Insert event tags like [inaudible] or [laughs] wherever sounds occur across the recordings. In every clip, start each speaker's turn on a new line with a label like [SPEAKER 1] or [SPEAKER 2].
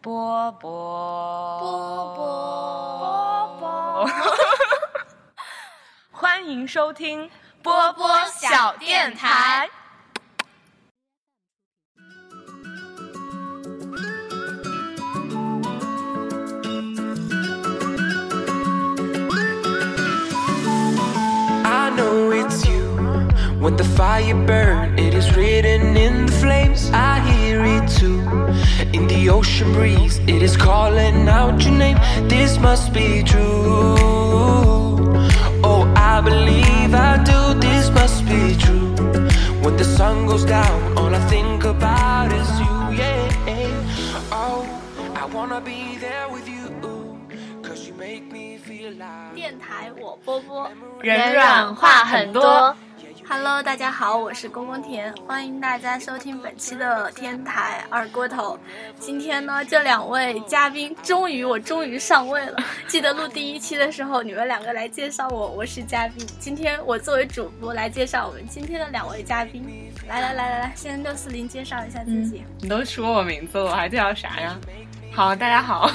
[SPEAKER 1] 波波
[SPEAKER 2] 波
[SPEAKER 1] 波
[SPEAKER 2] 波
[SPEAKER 1] 波， [laughs] 欢迎收听波波小电台。
[SPEAKER 3] I know it's you. When the fire burn, it is written in the flames. I hear it too. In the ocean breeze, it is calling out your name. This must be true. Oh, I believe I do. This must be true. When the sun goes down, all I think about is you. Yeah. Oh, I wanna be there with you. Cause you make me feel alive.
[SPEAKER 2] 电台我波波
[SPEAKER 1] 人软话很多。
[SPEAKER 2] Hello，大家好，我是公公田，欢迎大家收听本期的天台二锅头。今天呢，这两位嘉宾终于我终于上位了。记得录第一期的时候，你们两个来介绍我，我是嘉宾。今天我作为主播来介绍我们今天的两位嘉宾。来来来来来，先六四零介绍一下自己。
[SPEAKER 4] 你都说我名字了，我还介绍
[SPEAKER 2] [laughs]
[SPEAKER 4] 啥呀？好，大家好，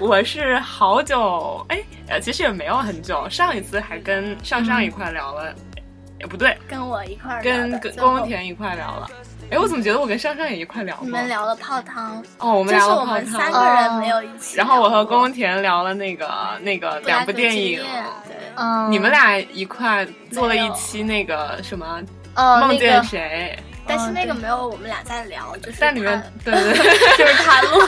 [SPEAKER 4] 我是好久哎，呃，其实也没有很久，上一次还跟
[SPEAKER 2] 嗯
[SPEAKER 4] 上上一块聊了，也、不对，
[SPEAKER 2] 跟我一块儿聊
[SPEAKER 4] 跟
[SPEAKER 2] 的
[SPEAKER 4] 跟
[SPEAKER 2] 最后
[SPEAKER 4] 宫田一块聊了。哎，我怎么觉得我跟上上也一块聊过？
[SPEAKER 2] 你们聊了泡汤，
[SPEAKER 4] 哦，我们
[SPEAKER 2] 就是
[SPEAKER 4] 聊了
[SPEAKER 2] 我们
[SPEAKER 4] 泡
[SPEAKER 2] 三
[SPEAKER 4] 汤
[SPEAKER 2] 个人没有一起聊
[SPEAKER 4] 然
[SPEAKER 2] 过。啊
[SPEAKER 4] 后我和宫田聊了那个那个
[SPEAKER 2] 布拉
[SPEAKER 4] 两部
[SPEAKER 2] 格
[SPEAKER 4] 电
[SPEAKER 2] 之
[SPEAKER 4] 影
[SPEAKER 2] 夜，对，
[SPEAKER 5] 嗯，
[SPEAKER 4] 你们俩一块做了
[SPEAKER 2] 没
[SPEAKER 4] 一
[SPEAKER 2] 有
[SPEAKER 4] 期那个什么
[SPEAKER 5] 哦，
[SPEAKER 4] 梦
[SPEAKER 5] 那
[SPEAKER 4] 见
[SPEAKER 5] 个
[SPEAKER 4] 谁，
[SPEAKER 2] 但是那个没有我们俩在聊，就是
[SPEAKER 4] 但里面对
[SPEAKER 2] 他
[SPEAKER 4] 对
[SPEAKER 2] [laughs]
[SPEAKER 4] 对
[SPEAKER 2] 就是他
[SPEAKER 4] [laughs]
[SPEAKER 2] 录，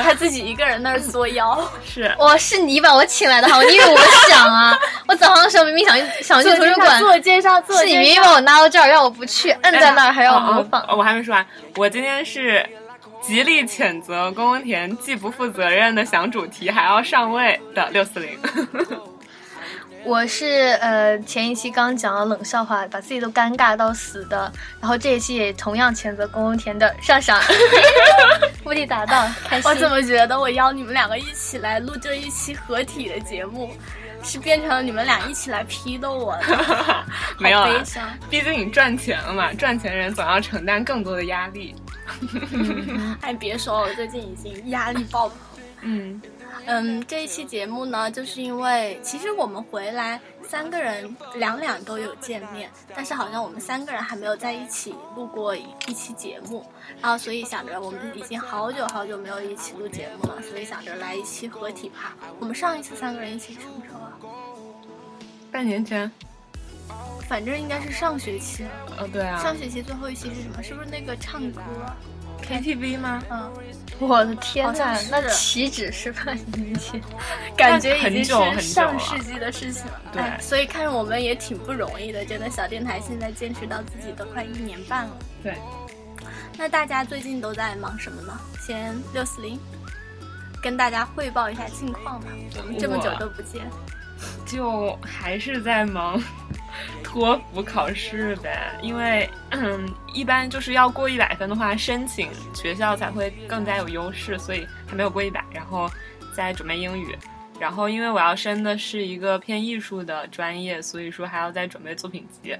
[SPEAKER 2] [laughs] 他自己一个人那儿作
[SPEAKER 5] [laughs]
[SPEAKER 2] 妖，
[SPEAKER 4] 是。
[SPEAKER 5] 我是你把我请来的，好吗，你以为我想啊？我早上的时候明明想去想去图书馆
[SPEAKER 2] 自，我介绍，自我
[SPEAKER 5] 是你
[SPEAKER 2] 介
[SPEAKER 5] 明明
[SPEAKER 2] 绍，
[SPEAKER 5] 把我拉到这儿，让我不去，摁在那儿还让我模
[SPEAKER 4] 哦
[SPEAKER 5] 仿。
[SPEAKER 4] 哦我还没说完，我今天是极力谴责宫文田既不负责任的想主题，还要上位的六四零。
[SPEAKER 5] 我是呃前一期刚讲了冷笑话，把自己都尴尬到死的，然后这一期也同样谴责宫文田的上 [laughs] 上，目的达到，开心。
[SPEAKER 2] 我怎么觉得我邀你们两个一起来录这一期合体的节目，是变成了你们俩一起来批斗我的，
[SPEAKER 4] [laughs] 没有
[SPEAKER 2] 好
[SPEAKER 4] 啊
[SPEAKER 2] 悲，伤。
[SPEAKER 4] 毕竟你赚钱了嘛，赚钱人总要承担更多的压力。
[SPEAKER 2] 哎，别说了，我最近已经压力爆棚。
[SPEAKER 4] 嗯，
[SPEAKER 2] 嗯，这一期节目呢，就是因为其实我们回来三个人两两都有见面，但是好像我们三个人还没有在一起录过一一期节目，然后所以想着我们已经好久好久没有一起录节目了，所以想着来一期合体吧。我们上一次三个人一起是什么时候啊？
[SPEAKER 4] 半年前，
[SPEAKER 2] 反正应该是上学期了，
[SPEAKER 4] 呃、对啊
[SPEAKER 2] 上学期最后一期是什么？是不是那个唱歌啊？
[SPEAKER 4] ，KTV 吗？
[SPEAKER 2] 嗯，
[SPEAKER 5] 我的天
[SPEAKER 2] 好像
[SPEAKER 5] 呐
[SPEAKER 2] 是，
[SPEAKER 5] 那岂止是半年前？
[SPEAKER 2] 感觉已经
[SPEAKER 4] 很久很
[SPEAKER 2] 是
[SPEAKER 4] 久
[SPEAKER 2] 上
[SPEAKER 4] 了
[SPEAKER 2] 世纪的事情了。
[SPEAKER 4] 对
[SPEAKER 2] 哎所以看我们也挺不容易的，真的。小电台现在坚持到自己都快一年半了。
[SPEAKER 4] 对。
[SPEAKER 2] 那大家最近都在忙什么呢？先六四零，跟大家汇报一下近况吧。我们这么久
[SPEAKER 4] 我
[SPEAKER 2] 都不见，
[SPEAKER 4] 就还是在忙托福考试呗，因为嗯，一般就是要过一百分的话，申请学校才会更加有优势，所以还没有过一百，然后再准备英语。然后，因为我要申的是一个偏艺术的专业，所以说还要再准备作品集。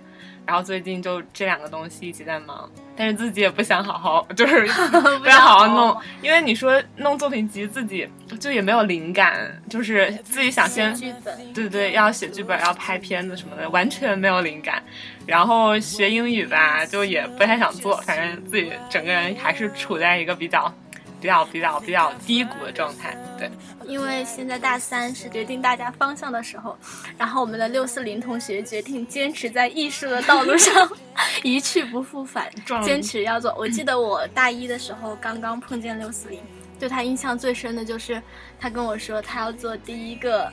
[SPEAKER 4] 然后最近就这两个东西一起在忙，但是自己也不想好好，就是 [laughs] 不想好好弄，因为你说弄作品集自己就也没有灵感，就是自己想先
[SPEAKER 2] 剧本
[SPEAKER 4] 对对，要写剧本，要拍片子什么的，完全没有灵感。然后学英语吧，就也不太想做，反正自己整个人还是处在一个比较、比较、比较、比较低谷的状态。对，
[SPEAKER 2] 因为现在大三是决定大家方向的时候，然后我们的六四零同学决定坚持在艺术的道路上 [laughs] 一去不复返
[SPEAKER 4] 撞，了
[SPEAKER 2] 坚持要做。我记得我大一的时候刚刚碰见六四零，对他印象最深的就是他跟我说他要做第一个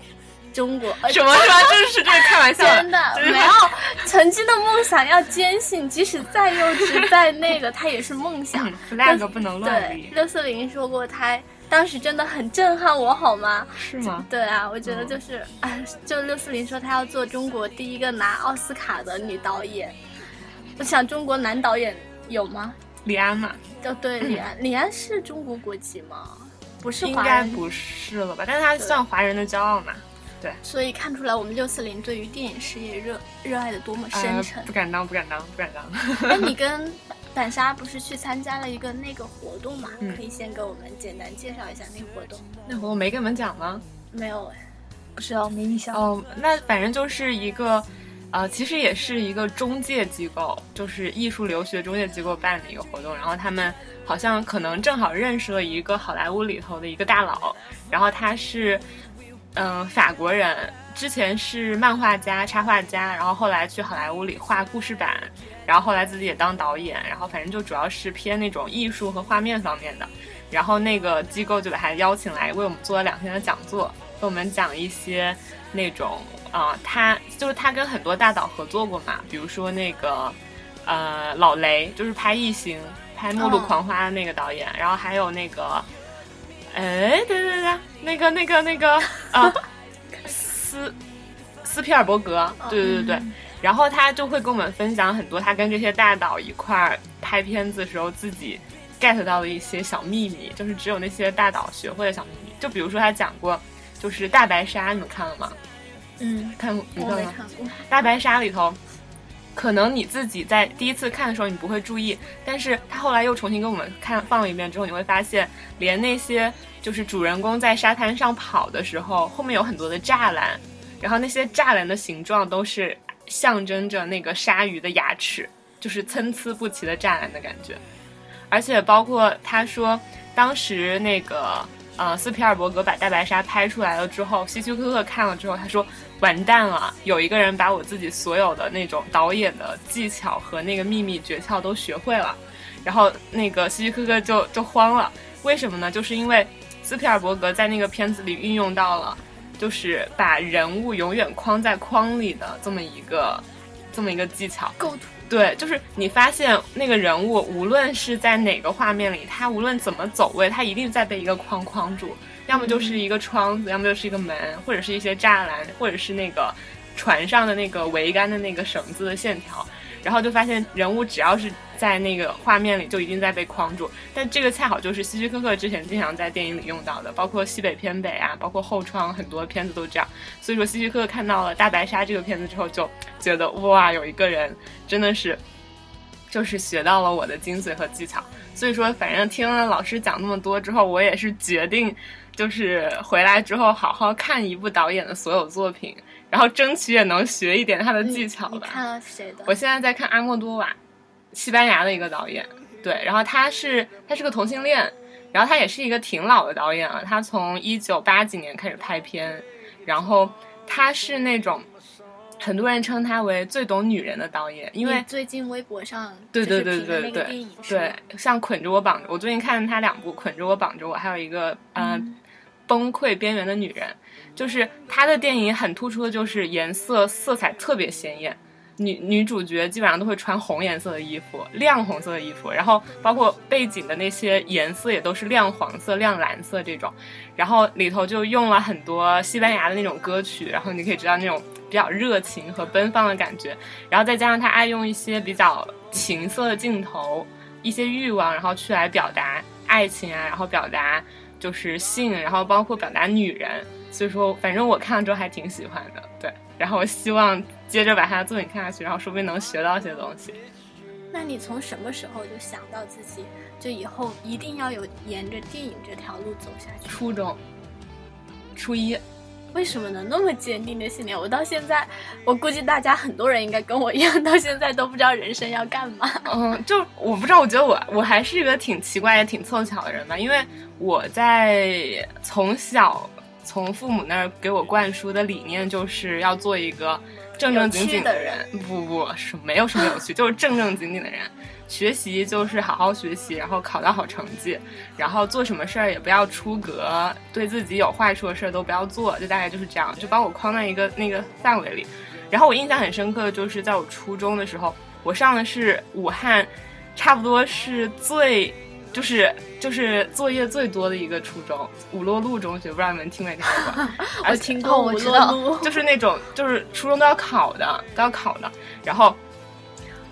[SPEAKER 2] 中国呃
[SPEAKER 4] 什么什么，这是这是开玩笑
[SPEAKER 2] 真的
[SPEAKER 4] 这是
[SPEAKER 2] 没有曾经的梦想要坚信，即使再幼稚再那个，他也是梦想
[SPEAKER 4] 嗯。flag 不能乱
[SPEAKER 2] 对
[SPEAKER 4] 立，，
[SPEAKER 2] 六四零说过他当时真的很震撼我，好吗？
[SPEAKER 4] 是吗？
[SPEAKER 2] 对啊，我觉得
[SPEAKER 4] 嗯
[SPEAKER 2] 就是，哎，就六四零说她要做中国第一个拿奥斯卡的女导演，我想中国男导演有吗？
[SPEAKER 4] 李安嘛，
[SPEAKER 2] 就对，李
[SPEAKER 4] [laughs]
[SPEAKER 2] 安，李安是中国国籍吗？不是
[SPEAKER 4] 应
[SPEAKER 2] 华
[SPEAKER 4] 该
[SPEAKER 2] 人，
[SPEAKER 4] 不是了吧？但是他算华人的骄傲嘛？
[SPEAKER 2] 所以看出来我们六四零对于电影事业热热爱的多么深
[SPEAKER 4] 呃
[SPEAKER 2] 沉。 [laughs]
[SPEAKER 4] [laughs] 不敢当，不敢当，不敢当。
[SPEAKER 2] 那你跟板沙不是去参加了一个那个活动嘛？
[SPEAKER 4] 嗯
[SPEAKER 2] 可以先给我们简单介绍一下那个活动。
[SPEAKER 4] 那会儿我没跟你们讲吗？
[SPEAKER 2] 没有哎，
[SPEAKER 5] 不知道没印象。
[SPEAKER 4] 哦，那反正就是一个，呃，其实也是一个中介机构，就是艺术留学中介机构办的一个活动。然后他们好像可能正好认识了一个好莱坞里头的一个大佬，然后他是，嗯、法国人，之前是漫画家、插画家，然后后来去好莱坞里画故事版，然后后来自己也当导演，然后反正就主要是偏那种艺术和画面方面的。然后那个机构就把他邀请来为我们做了两天的讲座，给我们讲一些那种啊、呃他就是他跟很多大导合作过嘛，比如说那个呃老雷，就是拍《异形》、拍《末路
[SPEAKER 2] 哦
[SPEAKER 4] 狂花》的那个导演，然后还有那个，哎，对对对，那个那个那个啊，斯斯皮尔伯格，对对对对。然后他就会跟我们分享很多他跟这些大导一块儿拍片子时候自己 get 到的一些小秘密，就是只有那些大导学会的小秘密。就比如说他讲过，就是《大白鲨》，你们看了吗？
[SPEAKER 5] 嗯，
[SPEAKER 4] 看过，你
[SPEAKER 2] 我
[SPEAKER 4] 看了
[SPEAKER 2] 没
[SPEAKER 4] 吗？
[SPEAKER 2] 看过。
[SPEAKER 4] 大白鲨里头，可能你自己在第一次看的时候你不会注意，但是他后来又重新给我们看放了一遍之后，你会发现，连那些就是主人公在沙滩上跑的时候，后面有很多的栅栏，然后那些栅栏的形状都是象征着那个鲨鱼的牙齿，就是参差不齐的栅栏的感觉。而且包括他说，当时那个呃斯皮尔伯格把大白鲨拍出来了之后，希区柯克看了之后，他说完蛋了，有一个人把我自己所有的那种导演的技巧和那个秘密诀窍都学会了，然后那个希区柯克就就慌了，为什么呢？就是因为斯皮尔伯格在那个片子里运用到了。就是把人物永远框在框里的这么一个，这么一个技巧，
[SPEAKER 2] 构图
[SPEAKER 4] 对，就是你发现那个人物，无论是在哪个画面里，他无论怎么走位，他一定在被一个框框住，要么就是一个窗子，要么就是一个门，或者是一些栅栏，或者是那个船上的那个桅杆的那个绳子的线条。然后就发现人物只要是在那个画面里，就一定在被框住。但这个恰好就是希区柯克之前经常在电影里用到的，包括《西北偏北》啊，包括《后窗》，很多片子都这样。所以说，希区柯克看到了《大白鲨》这个片子之后，就觉得哇，有一个人真的是，就是学到了我的精髓和技巧。所以说，反正听了老师讲那么多之后，我也是决定，就是回来之后好好看一部导演的所有作品，然后争取也能学一点他的技巧吧。
[SPEAKER 2] 嗯你看了谁的？
[SPEAKER 4] 我现在在看阿莫多瓦，西班牙的一个导演，对，然后他是他是个同性恋，然后他也是一个挺老的导演了，他从一九八几年开始拍片，然后他是那种很多人称他为最懂女人的导演，因为
[SPEAKER 2] 你最近微博上
[SPEAKER 4] 对
[SPEAKER 2] 就
[SPEAKER 4] 对
[SPEAKER 2] 是
[SPEAKER 4] 对
[SPEAKER 2] 评论
[SPEAKER 4] 对
[SPEAKER 2] 那个
[SPEAKER 4] 对
[SPEAKER 2] 电影是
[SPEAKER 4] 对
[SPEAKER 2] 吗，
[SPEAKER 4] 像捆着我绑着我，最近看了他两部《捆着我绑着我》，还有一个呃、
[SPEAKER 2] 嗯
[SPEAKER 4] 崩溃边缘的女人》，就是他的电影很突出的就是颜色色彩特别鲜艳。女女主角基本上都会穿红颜色的衣服，亮红色的衣服，然后包括背景的那些颜色也都是亮黄色、亮蓝色这种，然后里头就用了很多西班牙的那种歌曲，然后你可以知道那种比较热情和奔放的感觉，然后再加上他爱用一些比较情色的镜头，一些欲望，然后去来表达爱情啊，然后表达就是性，然后包括表达女人。所以说，反正我看了之后还挺喜欢的，对。然后我希望接着把他的作品看下去，然后说不定能学到一些东西。
[SPEAKER 2] 那你从什么时候就想到自己就以后一定要有沿着电影这条路走下去？
[SPEAKER 4] 初中，初一，
[SPEAKER 2] 为什么能那么坚定的信念？我到现在，我估计大家很多人应该跟我一样，到 [laughs] 现在都不知道人生要干嘛。
[SPEAKER 4] [laughs] 嗯，就我不知道，我觉得我我还是一个挺奇怪也挺凑巧的人吧，因为我在从小从父母那儿给我灌输的理念就是要做一个正正经经人，不不是没有什么有趣，就是正正经经的人。学习就是好好学习，然后考到好成绩，然后做什么事儿也不要出格，对自己有坏处的事儿都不要做，就大概就是这样，就把我框在一个那个范围里。然后我印象很深刻的就是在我初中的时候，我上的是武汉，差不多是最就是就是作业最多的一个初中，五洛路中学，不知道你们听没听过？呃而
[SPEAKER 2] 我
[SPEAKER 4] 且
[SPEAKER 2] 听
[SPEAKER 5] 哦
[SPEAKER 2] 过
[SPEAKER 5] [laughs] 我
[SPEAKER 2] 吴
[SPEAKER 5] 知
[SPEAKER 2] 洛
[SPEAKER 5] 道
[SPEAKER 2] 路，
[SPEAKER 4] 就是那种就是初中都要考的，都要考的。然后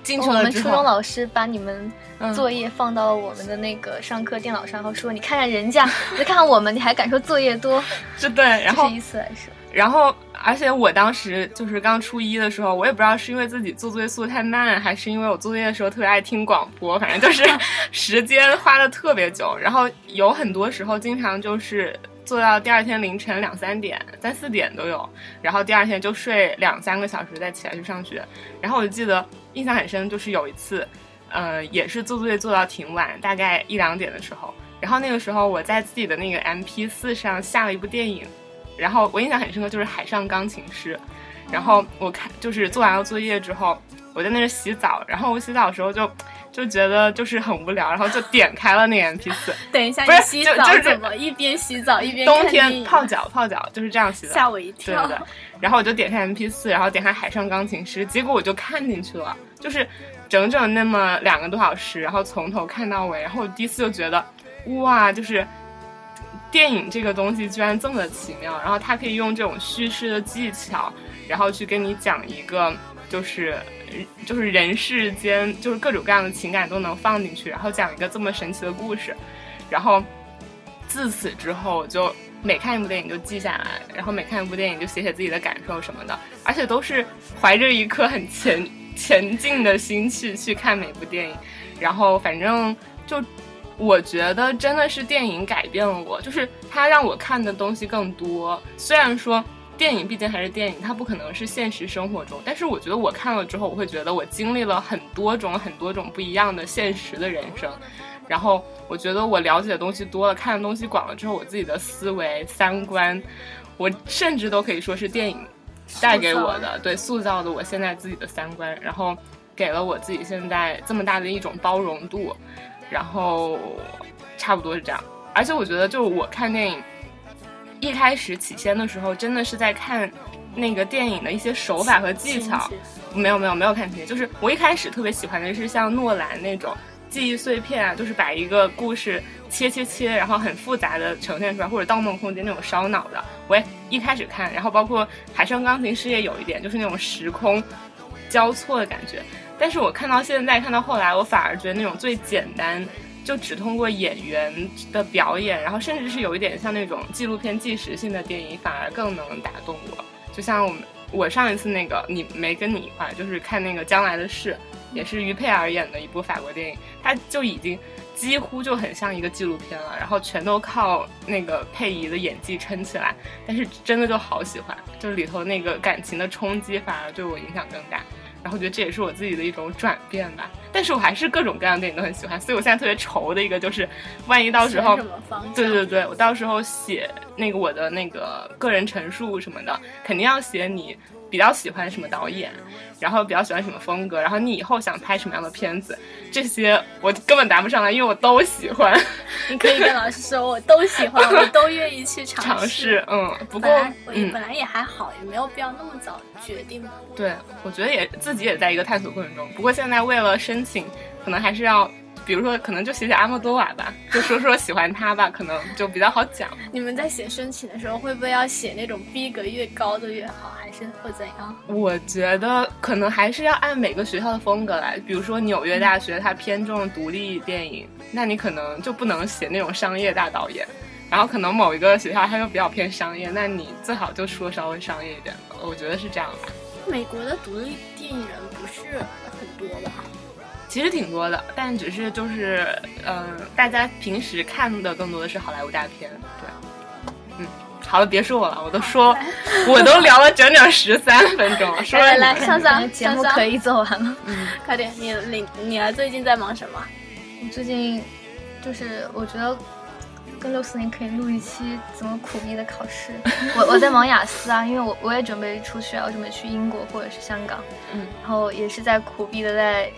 [SPEAKER 4] 进去
[SPEAKER 5] 哦我
[SPEAKER 4] 了
[SPEAKER 5] 们
[SPEAKER 4] 之
[SPEAKER 5] 初
[SPEAKER 4] 后，
[SPEAKER 5] 中老师把你们
[SPEAKER 4] 嗯
[SPEAKER 5] 作业放到我们的那个上课 [laughs] 电脑上，然后说：“你看看人家，你再看看我们，你还敢说作业多？”
[SPEAKER 4] 是对，然
[SPEAKER 5] 这
[SPEAKER 4] 后
[SPEAKER 5] 是以此来说，
[SPEAKER 4] 然后，而且我当时就是刚初一的时候，我也不知道是因为自己做作业速度太慢，还是因为我做作业的时候特别爱听广播，反正就是时间花的特别久。然后有很多时候，经常就是做到第二天凌晨两三点、三四点都有，然后第二天就睡两三个小时再起来去上学。然后我就记得印象很深，就是有一次，呃，也是做作业做到挺晚，大概一两点的时候。然后那个时候我在自己的那个 M P 四上下了一部电影，然后我印象很深刻就是《海上钢琴师》，然后我看就是做完了作业之后，我在那儿洗澡，然后我洗澡的时候就就觉得就是很无聊，然后就点开了那个 M P 四，
[SPEAKER 2] 等一下，
[SPEAKER 4] 不
[SPEAKER 2] 你
[SPEAKER 4] 是
[SPEAKER 2] 洗
[SPEAKER 4] 就
[SPEAKER 2] 澡
[SPEAKER 4] 就是
[SPEAKER 2] 怎么一边洗澡一边看
[SPEAKER 4] 冬
[SPEAKER 2] 电
[SPEAKER 4] 天
[SPEAKER 2] 影
[SPEAKER 4] 泡脚泡脚就是这样洗的，
[SPEAKER 2] 吓我一
[SPEAKER 4] 对
[SPEAKER 2] 跳
[SPEAKER 4] 对。对。然后我就点开 M P 四，然后点开《海上钢琴师》，结果我就看进去了，就是整整那么两个多小时，然后从头看到尾。然后我第一次就觉得，哇，就是电影这个东西居然这么的奇妙，然后它可以用这种叙事的技巧，然后去跟你讲一个就是。就是人世间，就是各种各样的情感都能放进去，然后讲一个这么神奇的故事，然后自此之后，我就每看一部电影就记下来，然后每看一部电影就写写自己的感受什么的，而且都是怀着一颗很前前进的心去去看每部电影，然后反正就我觉得真的是电影改变了我，就是它让我看的东西更多，虽然说。电影毕竟还是电影，它不可能是现实生活中。但是我觉得我看了之后，我会觉得我经历了很多种、很多种不一样的现实的人生，然后我觉得我了解的东西多了，看的东西广了之后，我自己的思维、三观，我甚至都可以说是电影带给我的，对，塑造的我现在自己的三观，然后给了我自己现在这么大的一种包容度，然后差不多是这样。而且我觉得，就是我看电影一开始起先的时候，真的是在看那个电影的一些手法和技巧，
[SPEAKER 2] 情节
[SPEAKER 4] 没有没有没有看情节，就是我一开始特别喜欢的是像诺兰那种记忆碎片啊，就是把一个故事切切切，然后很复杂的呈现出来，或者《盗梦空间》那种烧脑的，我也一开始看，然后包括《海上钢琴师》也有一点，就是那种时空交错的感觉。但是我看到现在，看到后来，我反而觉得那种最简单，就只通过演员的表演，然后甚至是有一点像那种纪录片纪实性的电影，反而更能打动我。就像我们我上一次那个你没跟你一块儿，就是看那个《将来的事》，也
[SPEAKER 2] 嗯
[SPEAKER 4] 是于佩尔演的一部法国电影，它就已经几乎就很像一个纪录片了，然后全都靠那个佩仪的演技撑起来。但是真的就好喜欢，就是里头那个感情的冲击反而对我影响更大。然后我觉得这也是我自己的一种转变吧，但是我还是各种各样的电影都很喜欢，所以我现在特别愁的一个就是，万一到时候
[SPEAKER 2] 选什么方向
[SPEAKER 4] 对对对，我到时候写那个我的那个个人陈述什么的，肯定要写你比较喜欢什么导演，然后比较喜欢什么风格，然后你以后想拍什么样的片子，这些我根本答不上来，因为我都喜欢
[SPEAKER 2] 你可以跟老师说，我都喜欢，我都愿意去尝
[SPEAKER 4] [laughs] [laughs] 尝试。嗯，不过
[SPEAKER 2] 本来我也
[SPEAKER 4] 嗯
[SPEAKER 2] 本，来也还好，也没有必要那么早决定嘛。
[SPEAKER 4] 对，我觉得也自己也在一个探索过程中。不过现在为了申请，可能还是要，比如说可能就写写阿莫多瓦吧，就说说喜欢他吧，可能就比较好讲。
[SPEAKER 2] 你们在写申请的时候，会不会要写那种逼格越高的越好，还是会怎样？
[SPEAKER 4] 我觉得可能还是要按每个学校的风格来，比如说纽约大学它偏重独立电影，那你可能就不能写那种商业大导演。然后可能某一个学校它又比较偏商业，那你最好就说稍微商业一点吧，我觉得是这样吧。
[SPEAKER 2] 美国的独立电影人不是很多吧？
[SPEAKER 4] 其实挺多的，但只是就是，嗯、大家平时看的更多的是好莱坞大片，对，嗯，好了，别说我了，我都
[SPEAKER 2] [laughs]
[SPEAKER 4] 说，我都聊了整整十三分钟，说了
[SPEAKER 2] 来
[SPEAKER 4] 你
[SPEAKER 2] 来来，
[SPEAKER 4] 们
[SPEAKER 2] 上
[SPEAKER 5] 咱
[SPEAKER 2] 上
[SPEAKER 5] 们节目
[SPEAKER 2] 上上
[SPEAKER 5] 可以做完了。
[SPEAKER 2] 快点，你你你来最近在忙什么？
[SPEAKER 5] 我最近就是我觉得跟六四零可以录一期怎么苦逼的考试。我我在忙雅思啊，因为我我也准备出去啊，我准备去英国或者是香港，
[SPEAKER 4] 嗯，
[SPEAKER 5] 然后也是在苦逼的在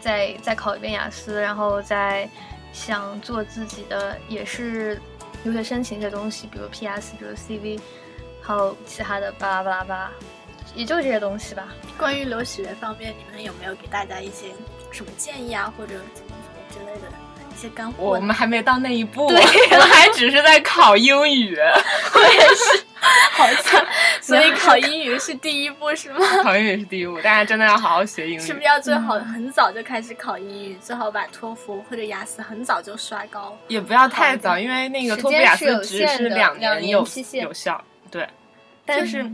[SPEAKER 5] 再再考一遍雅思，然后再想做自己的也是留学申请一些东西，比如 PS，比如 CV，还有其他的巴拉巴拉巴拉，也就这些东西吧。
[SPEAKER 2] 关于留学方面，你们有没有给大家一些什么建议啊，或者怎么怎么之类的一些干货
[SPEAKER 4] 我
[SPEAKER 2] 呢？
[SPEAKER 4] 们还没到那一步， [laughs] 我们还只是在考英语，
[SPEAKER 2] 好 [laughs] 惨，所以考英语是第一步 [laughs] 是吗？
[SPEAKER 4] 考英语是第一步，大家真的要好好学英语，
[SPEAKER 2] 是不是要最好很早就开始考英语，最好把托福或者雅思很早就刷高？
[SPEAKER 4] 也不要太早，因为那个托福雅思只是两年有
[SPEAKER 5] 时间是有限的两年期限
[SPEAKER 4] 有效，对，但是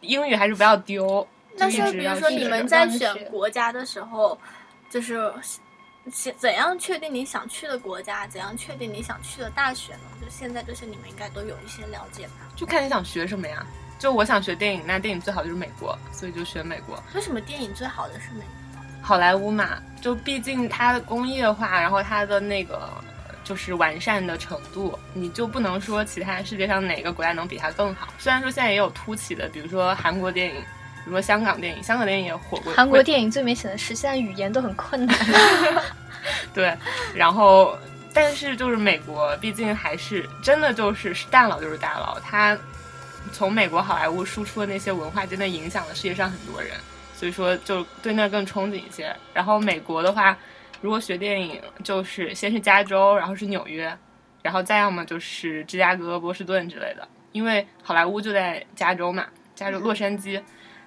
[SPEAKER 4] 英语还是不要丢。
[SPEAKER 2] 但
[SPEAKER 4] 一
[SPEAKER 2] 是
[SPEAKER 4] 直
[SPEAKER 2] 比
[SPEAKER 4] 要
[SPEAKER 2] 如说
[SPEAKER 4] 记
[SPEAKER 2] 你
[SPEAKER 4] 着
[SPEAKER 2] 们在选国家的时候，就是是怎样确定你想去的国家，怎样确定你想去的大学呢？就现在，就是你们应该都有一些了解吧？
[SPEAKER 4] 就看你想学什么呀。就我想学电影，那电影最好就是美国，所以就学美国
[SPEAKER 2] 为什么电影最好的是美
[SPEAKER 4] 好莱坞嘛。就毕竟它的工业化，然后它的那个就是完善的程度，你就不能说其他世界上哪个国家能比它更好。虽然说现在也有凸起的，比如说韩国电影，比如说香港电影，香港电影也火过。
[SPEAKER 5] 韩国电影最明显的是，现在语言都很困难。
[SPEAKER 4] 对，然后但是就是美国，毕竟还是真的就是是大佬就是大佬，他从美国好莱坞输出的那些文化，真的影响了世界上很多人，所以说就对那儿更憧憬一些。然后美国的话，如果学电影，就是先是加州，然后是纽约，然后再要么就是芝加哥、波士顿之类的，因为好莱坞就在加州嘛，加州洛杉矶，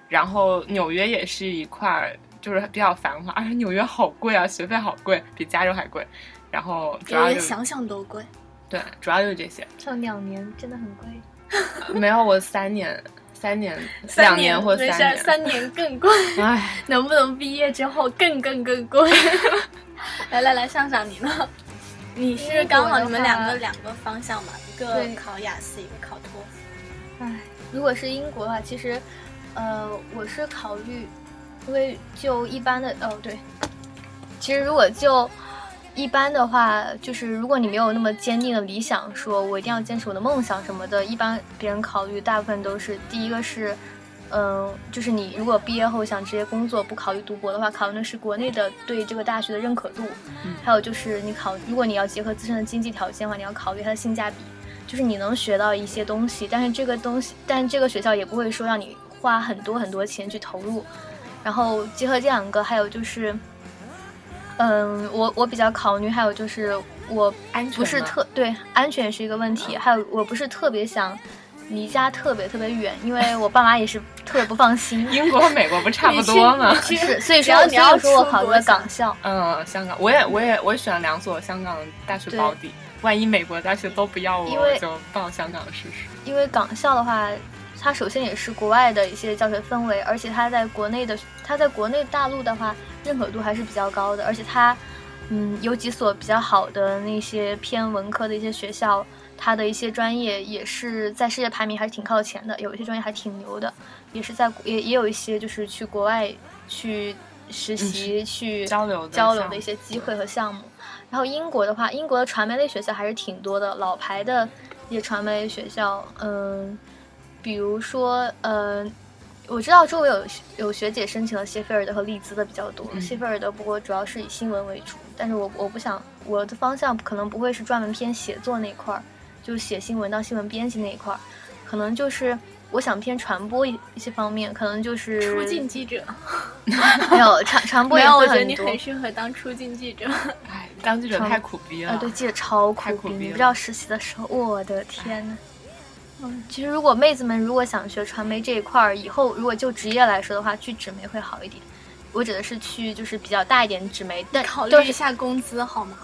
[SPEAKER 4] 然后纽约也是一块儿，就是比较繁华，而且纽约好贵啊，学费好贵，比加州还贵。然后主
[SPEAKER 2] 国？因
[SPEAKER 4] 要
[SPEAKER 2] 为
[SPEAKER 4] 就
[SPEAKER 2] 想想都贵。 [laughs]
[SPEAKER 4] 对，主要就是这些。
[SPEAKER 5] 上两年真的很贵，
[SPEAKER 4] 没有，我三年，三年，两年或
[SPEAKER 2] 没
[SPEAKER 4] 三
[SPEAKER 2] 事儿，
[SPEAKER 4] 年。
[SPEAKER 2] 三年更贵，
[SPEAKER 4] 唉，
[SPEAKER 2] [laughs] 能不能毕业之后更更更贵？ [laughs] 来来来，上上你呢？你是刚好你们两个两个方向嘛，一个
[SPEAKER 5] 对
[SPEAKER 2] 考雅思，一个考托福。
[SPEAKER 5] 唉，如果是英国的话，其实，呃，我是考虑，因为就一般的，哦对，其实如果就一般的话，就是如果你没有那么坚定的理想，说我一定要坚持我的梦想什么的，一般别人考虑大部分都是第一个是。嗯，就是你如果毕业后想直接工作，不考虑读博的话，考虑的是国内的对这个大学的认可度，
[SPEAKER 4] 嗯
[SPEAKER 5] 还有就是你考，如果你要结合自身的经济条件的话，你要考虑它的性价比。就是你能学到一些东西，但是这个东西，但这个学校也不会说让你花很多很多钱去投入。然后结合这两个，还有就是，嗯，我我比较考虑，还有就是我
[SPEAKER 4] 安全
[SPEAKER 5] 不是
[SPEAKER 4] 吗。
[SPEAKER 5] 特对安全也是一个问题，还有我不是特别想离家特别特别远，因为我爸妈也是特别不
[SPEAKER 2] [laughs]
[SPEAKER 5] 放心
[SPEAKER 4] 英国和美国不差不多吗？
[SPEAKER 2] 你去
[SPEAKER 5] 是，所以
[SPEAKER 2] 只
[SPEAKER 5] 说，
[SPEAKER 2] 要
[SPEAKER 5] 所
[SPEAKER 2] 你要
[SPEAKER 5] 以说我
[SPEAKER 2] 出
[SPEAKER 5] 考虑
[SPEAKER 2] 国
[SPEAKER 5] 了
[SPEAKER 2] 想
[SPEAKER 5] 港校，
[SPEAKER 4] 嗯，香港，我也，我也，我也选了两所香港大学保底。万一美国大学都不要我，
[SPEAKER 5] 因为
[SPEAKER 4] 我就报香港试试。
[SPEAKER 5] 因为港校的话，它首先也是国外的一些教学氛围，而且它在国内的，它在国内大陆的话，认可度还是比较高的，而且它，嗯，有几所比较好的那些偏文科的一些学校，它的一些专业也是在世界排名还是挺靠前的，有一些专业还挺牛的，也是在也也有一些就是去国外去实习、去
[SPEAKER 4] 交流的
[SPEAKER 5] 交流
[SPEAKER 4] 项
[SPEAKER 5] 的一
[SPEAKER 4] 目
[SPEAKER 5] 些机会和项目。然后英国的话，英国的传媒类学校还是挺多的，老牌的一些传媒学校，嗯，比如说，嗯，我知道周围有有学姐申请了谢菲尔德和利兹的比较多，
[SPEAKER 4] 嗯
[SPEAKER 5] 谢菲尔德不过主要是以新闻为主，但是我我不想我的方向可能不会是专门偏写作那一块儿，就是写新闻当新闻编辑那一块儿，可能就是我想偏传播一一些方面，可能就是
[SPEAKER 2] 出境记者，
[SPEAKER 5] [laughs] 没有传传播
[SPEAKER 2] 没
[SPEAKER 5] 也
[SPEAKER 2] 有，我
[SPEAKER 5] 会
[SPEAKER 2] 觉得
[SPEAKER 5] 很
[SPEAKER 2] 你
[SPEAKER 5] 多。
[SPEAKER 2] 很适合当出境记者。
[SPEAKER 4] 唉，哎当记者太苦逼了。
[SPEAKER 5] 啊，对，记得超苦
[SPEAKER 4] 太苦
[SPEAKER 5] 逼，
[SPEAKER 4] 逼
[SPEAKER 5] 你
[SPEAKER 4] 了
[SPEAKER 5] 不知道实习的时候，我的天呐。嗯，其实如果妹子们如果想学传媒这一块儿，以后如果就职业来说的话，去纸媒会好一点。我指的是去就是比较大一点纸媒，但
[SPEAKER 2] 考
[SPEAKER 5] 就
[SPEAKER 2] 虑一
[SPEAKER 5] 是
[SPEAKER 2] 下工资好吗？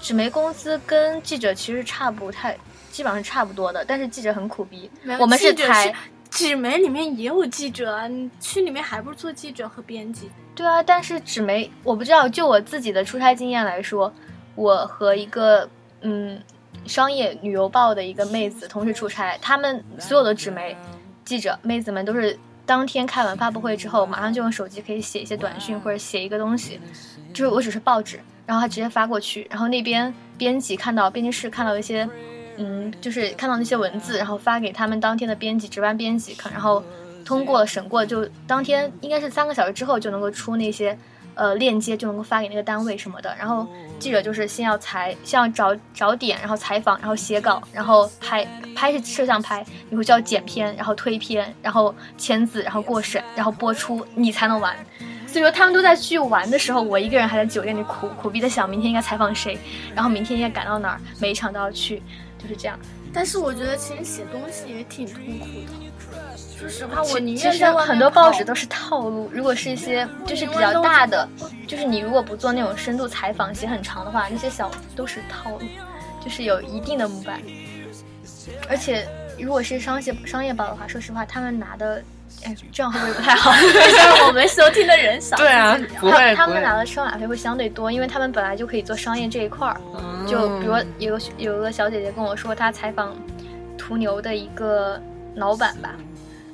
[SPEAKER 5] 纸媒工资跟记者其实差不太，基本上是差不多的，但是记者很苦逼
[SPEAKER 2] 没，有
[SPEAKER 5] 我们
[SPEAKER 2] 记者
[SPEAKER 5] 才
[SPEAKER 2] 是纸媒里面也有记者啊，你去里面还不是做记者和编辑？
[SPEAKER 5] 对啊，但是纸媒，我不知道。就我自己的出差经验来说，我和一个嗯商业旅游报的一个妹子同时出差，他们所有的纸媒记者妹子们都是当天开完发布会之后，马上就用手机可以写一些短讯或者写一个东西，就是我只是报纸，然后他直接发过去，然后那边编辑看到编辑室看到一些。嗯，就是看到那些文字，然后发给他们当天的编辑、值班编辑看，然后通过审过，就当天应该是三个小时之后就能够出那些呃链接，就能够发给那个单位什么的。然后记者就是先要采，先要找找点，然后采访，然后写稿，然后拍拍是摄像拍，你会需要剪片，然后推片，然后签字，然后过审，然后播出，你才能完。所以说他们都在去玩的时候，我一个人还在酒店里苦苦逼的想明天应该采访谁，然后明天应该赶到哪儿，每一场都要去，就是这样。
[SPEAKER 2] 但是我觉得其实写东西也挺痛苦的。说实话，我
[SPEAKER 5] 其
[SPEAKER 2] 宁
[SPEAKER 5] 其
[SPEAKER 2] 愿
[SPEAKER 5] 实
[SPEAKER 2] 在外面
[SPEAKER 5] 很多报纸
[SPEAKER 2] 跑
[SPEAKER 5] 都是套路，如果是一些就是比较大的，就是你如果不做那种深度采访，写很长的话，那些小都是套路，就是有一定的模板。而且如果是商业商业报的话，说实话，他们拿的，哎，这样会不会不太
[SPEAKER 2] [laughs]
[SPEAKER 5] 好？像我们收听的人少。
[SPEAKER 4] 对啊，不
[SPEAKER 5] 他
[SPEAKER 4] 会
[SPEAKER 5] 他
[SPEAKER 4] 不
[SPEAKER 5] 们拿
[SPEAKER 4] 会，
[SPEAKER 5] 的车马费会相对多，因为他们本来就可以做商业这一块儿。
[SPEAKER 4] 嗯
[SPEAKER 5] 就比如有个有个小姐姐跟我说，她采访途牛的一个老板吧，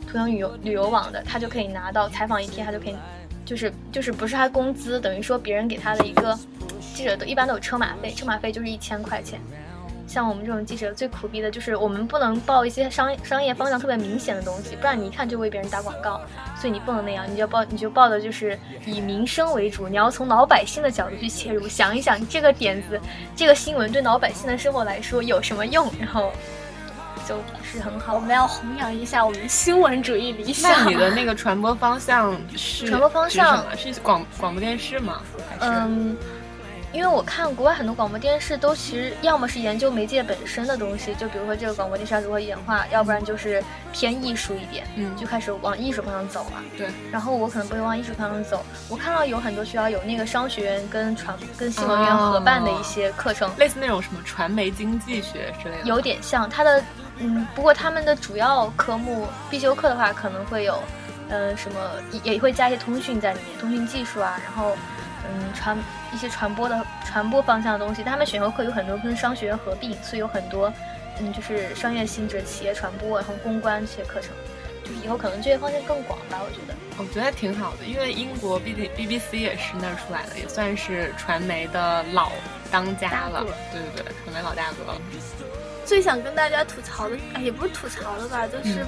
[SPEAKER 5] 途牛旅游旅游网的，她就可以拿到采访一天，她就可以，就是就是不是她工资，等于说别人给她的一个记者都一般都有车马费，车马费就是一千块钱。像我们这种记者最苦逼的就是我们不能报一些商商业方向特别明显的东西，不然你一看就为别人打广告，所以你不能那样，你就报你就报的就是以民生为主，你要从老百姓的角度去切入，想一想这个点子这个新闻对老百姓的生活来说有什么用，然后就不是很
[SPEAKER 2] 我
[SPEAKER 5] 好。
[SPEAKER 2] 们要弘扬一下我们新闻主义理想。
[SPEAKER 4] 那你的那个传播方向是
[SPEAKER 5] 传播方向
[SPEAKER 4] 是什么是广广播电视吗？还是
[SPEAKER 5] 嗯，因为我看国外很多广播电视都其实要么是研究媒介本身的东西，就比如说这个广播电视要如何演化，要不然就是偏艺术一点，
[SPEAKER 4] 嗯
[SPEAKER 5] 就开始往艺术方向走了。
[SPEAKER 4] 对，
[SPEAKER 5] 然后我可能不会往艺术方向走，我看到有很多学校有那个商学院跟传跟新闻
[SPEAKER 4] 哦
[SPEAKER 5] 院合办的一些课程，
[SPEAKER 4] 类似那种什么传媒经济学之类的？
[SPEAKER 5] 有点像它的，嗯，不过他们的主要科目必修课的话，可能会有，呃，什么也也会加一些通讯在里面，通讯技术啊，然后，嗯，传一些传播的传播方向的东西。他们选修课有很多跟商学院合并，所以有很多，嗯，就是商业性质、企业传播，然后公关这些课程，呃嗯就是以后可能就业方向更广吧，我觉得。
[SPEAKER 4] 我哦觉得挺好的，因为英国 B B B B C 也是那儿出来的，也算是传媒的老当家
[SPEAKER 5] 大
[SPEAKER 4] 了
[SPEAKER 5] 哥。
[SPEAKER 4] 对对对，传媒老大哥了。
[SPEAKER 2] 最想跟大家吐槽的，哎，也不是吐槽的吧，就是
[SPEAKER 4] 嗯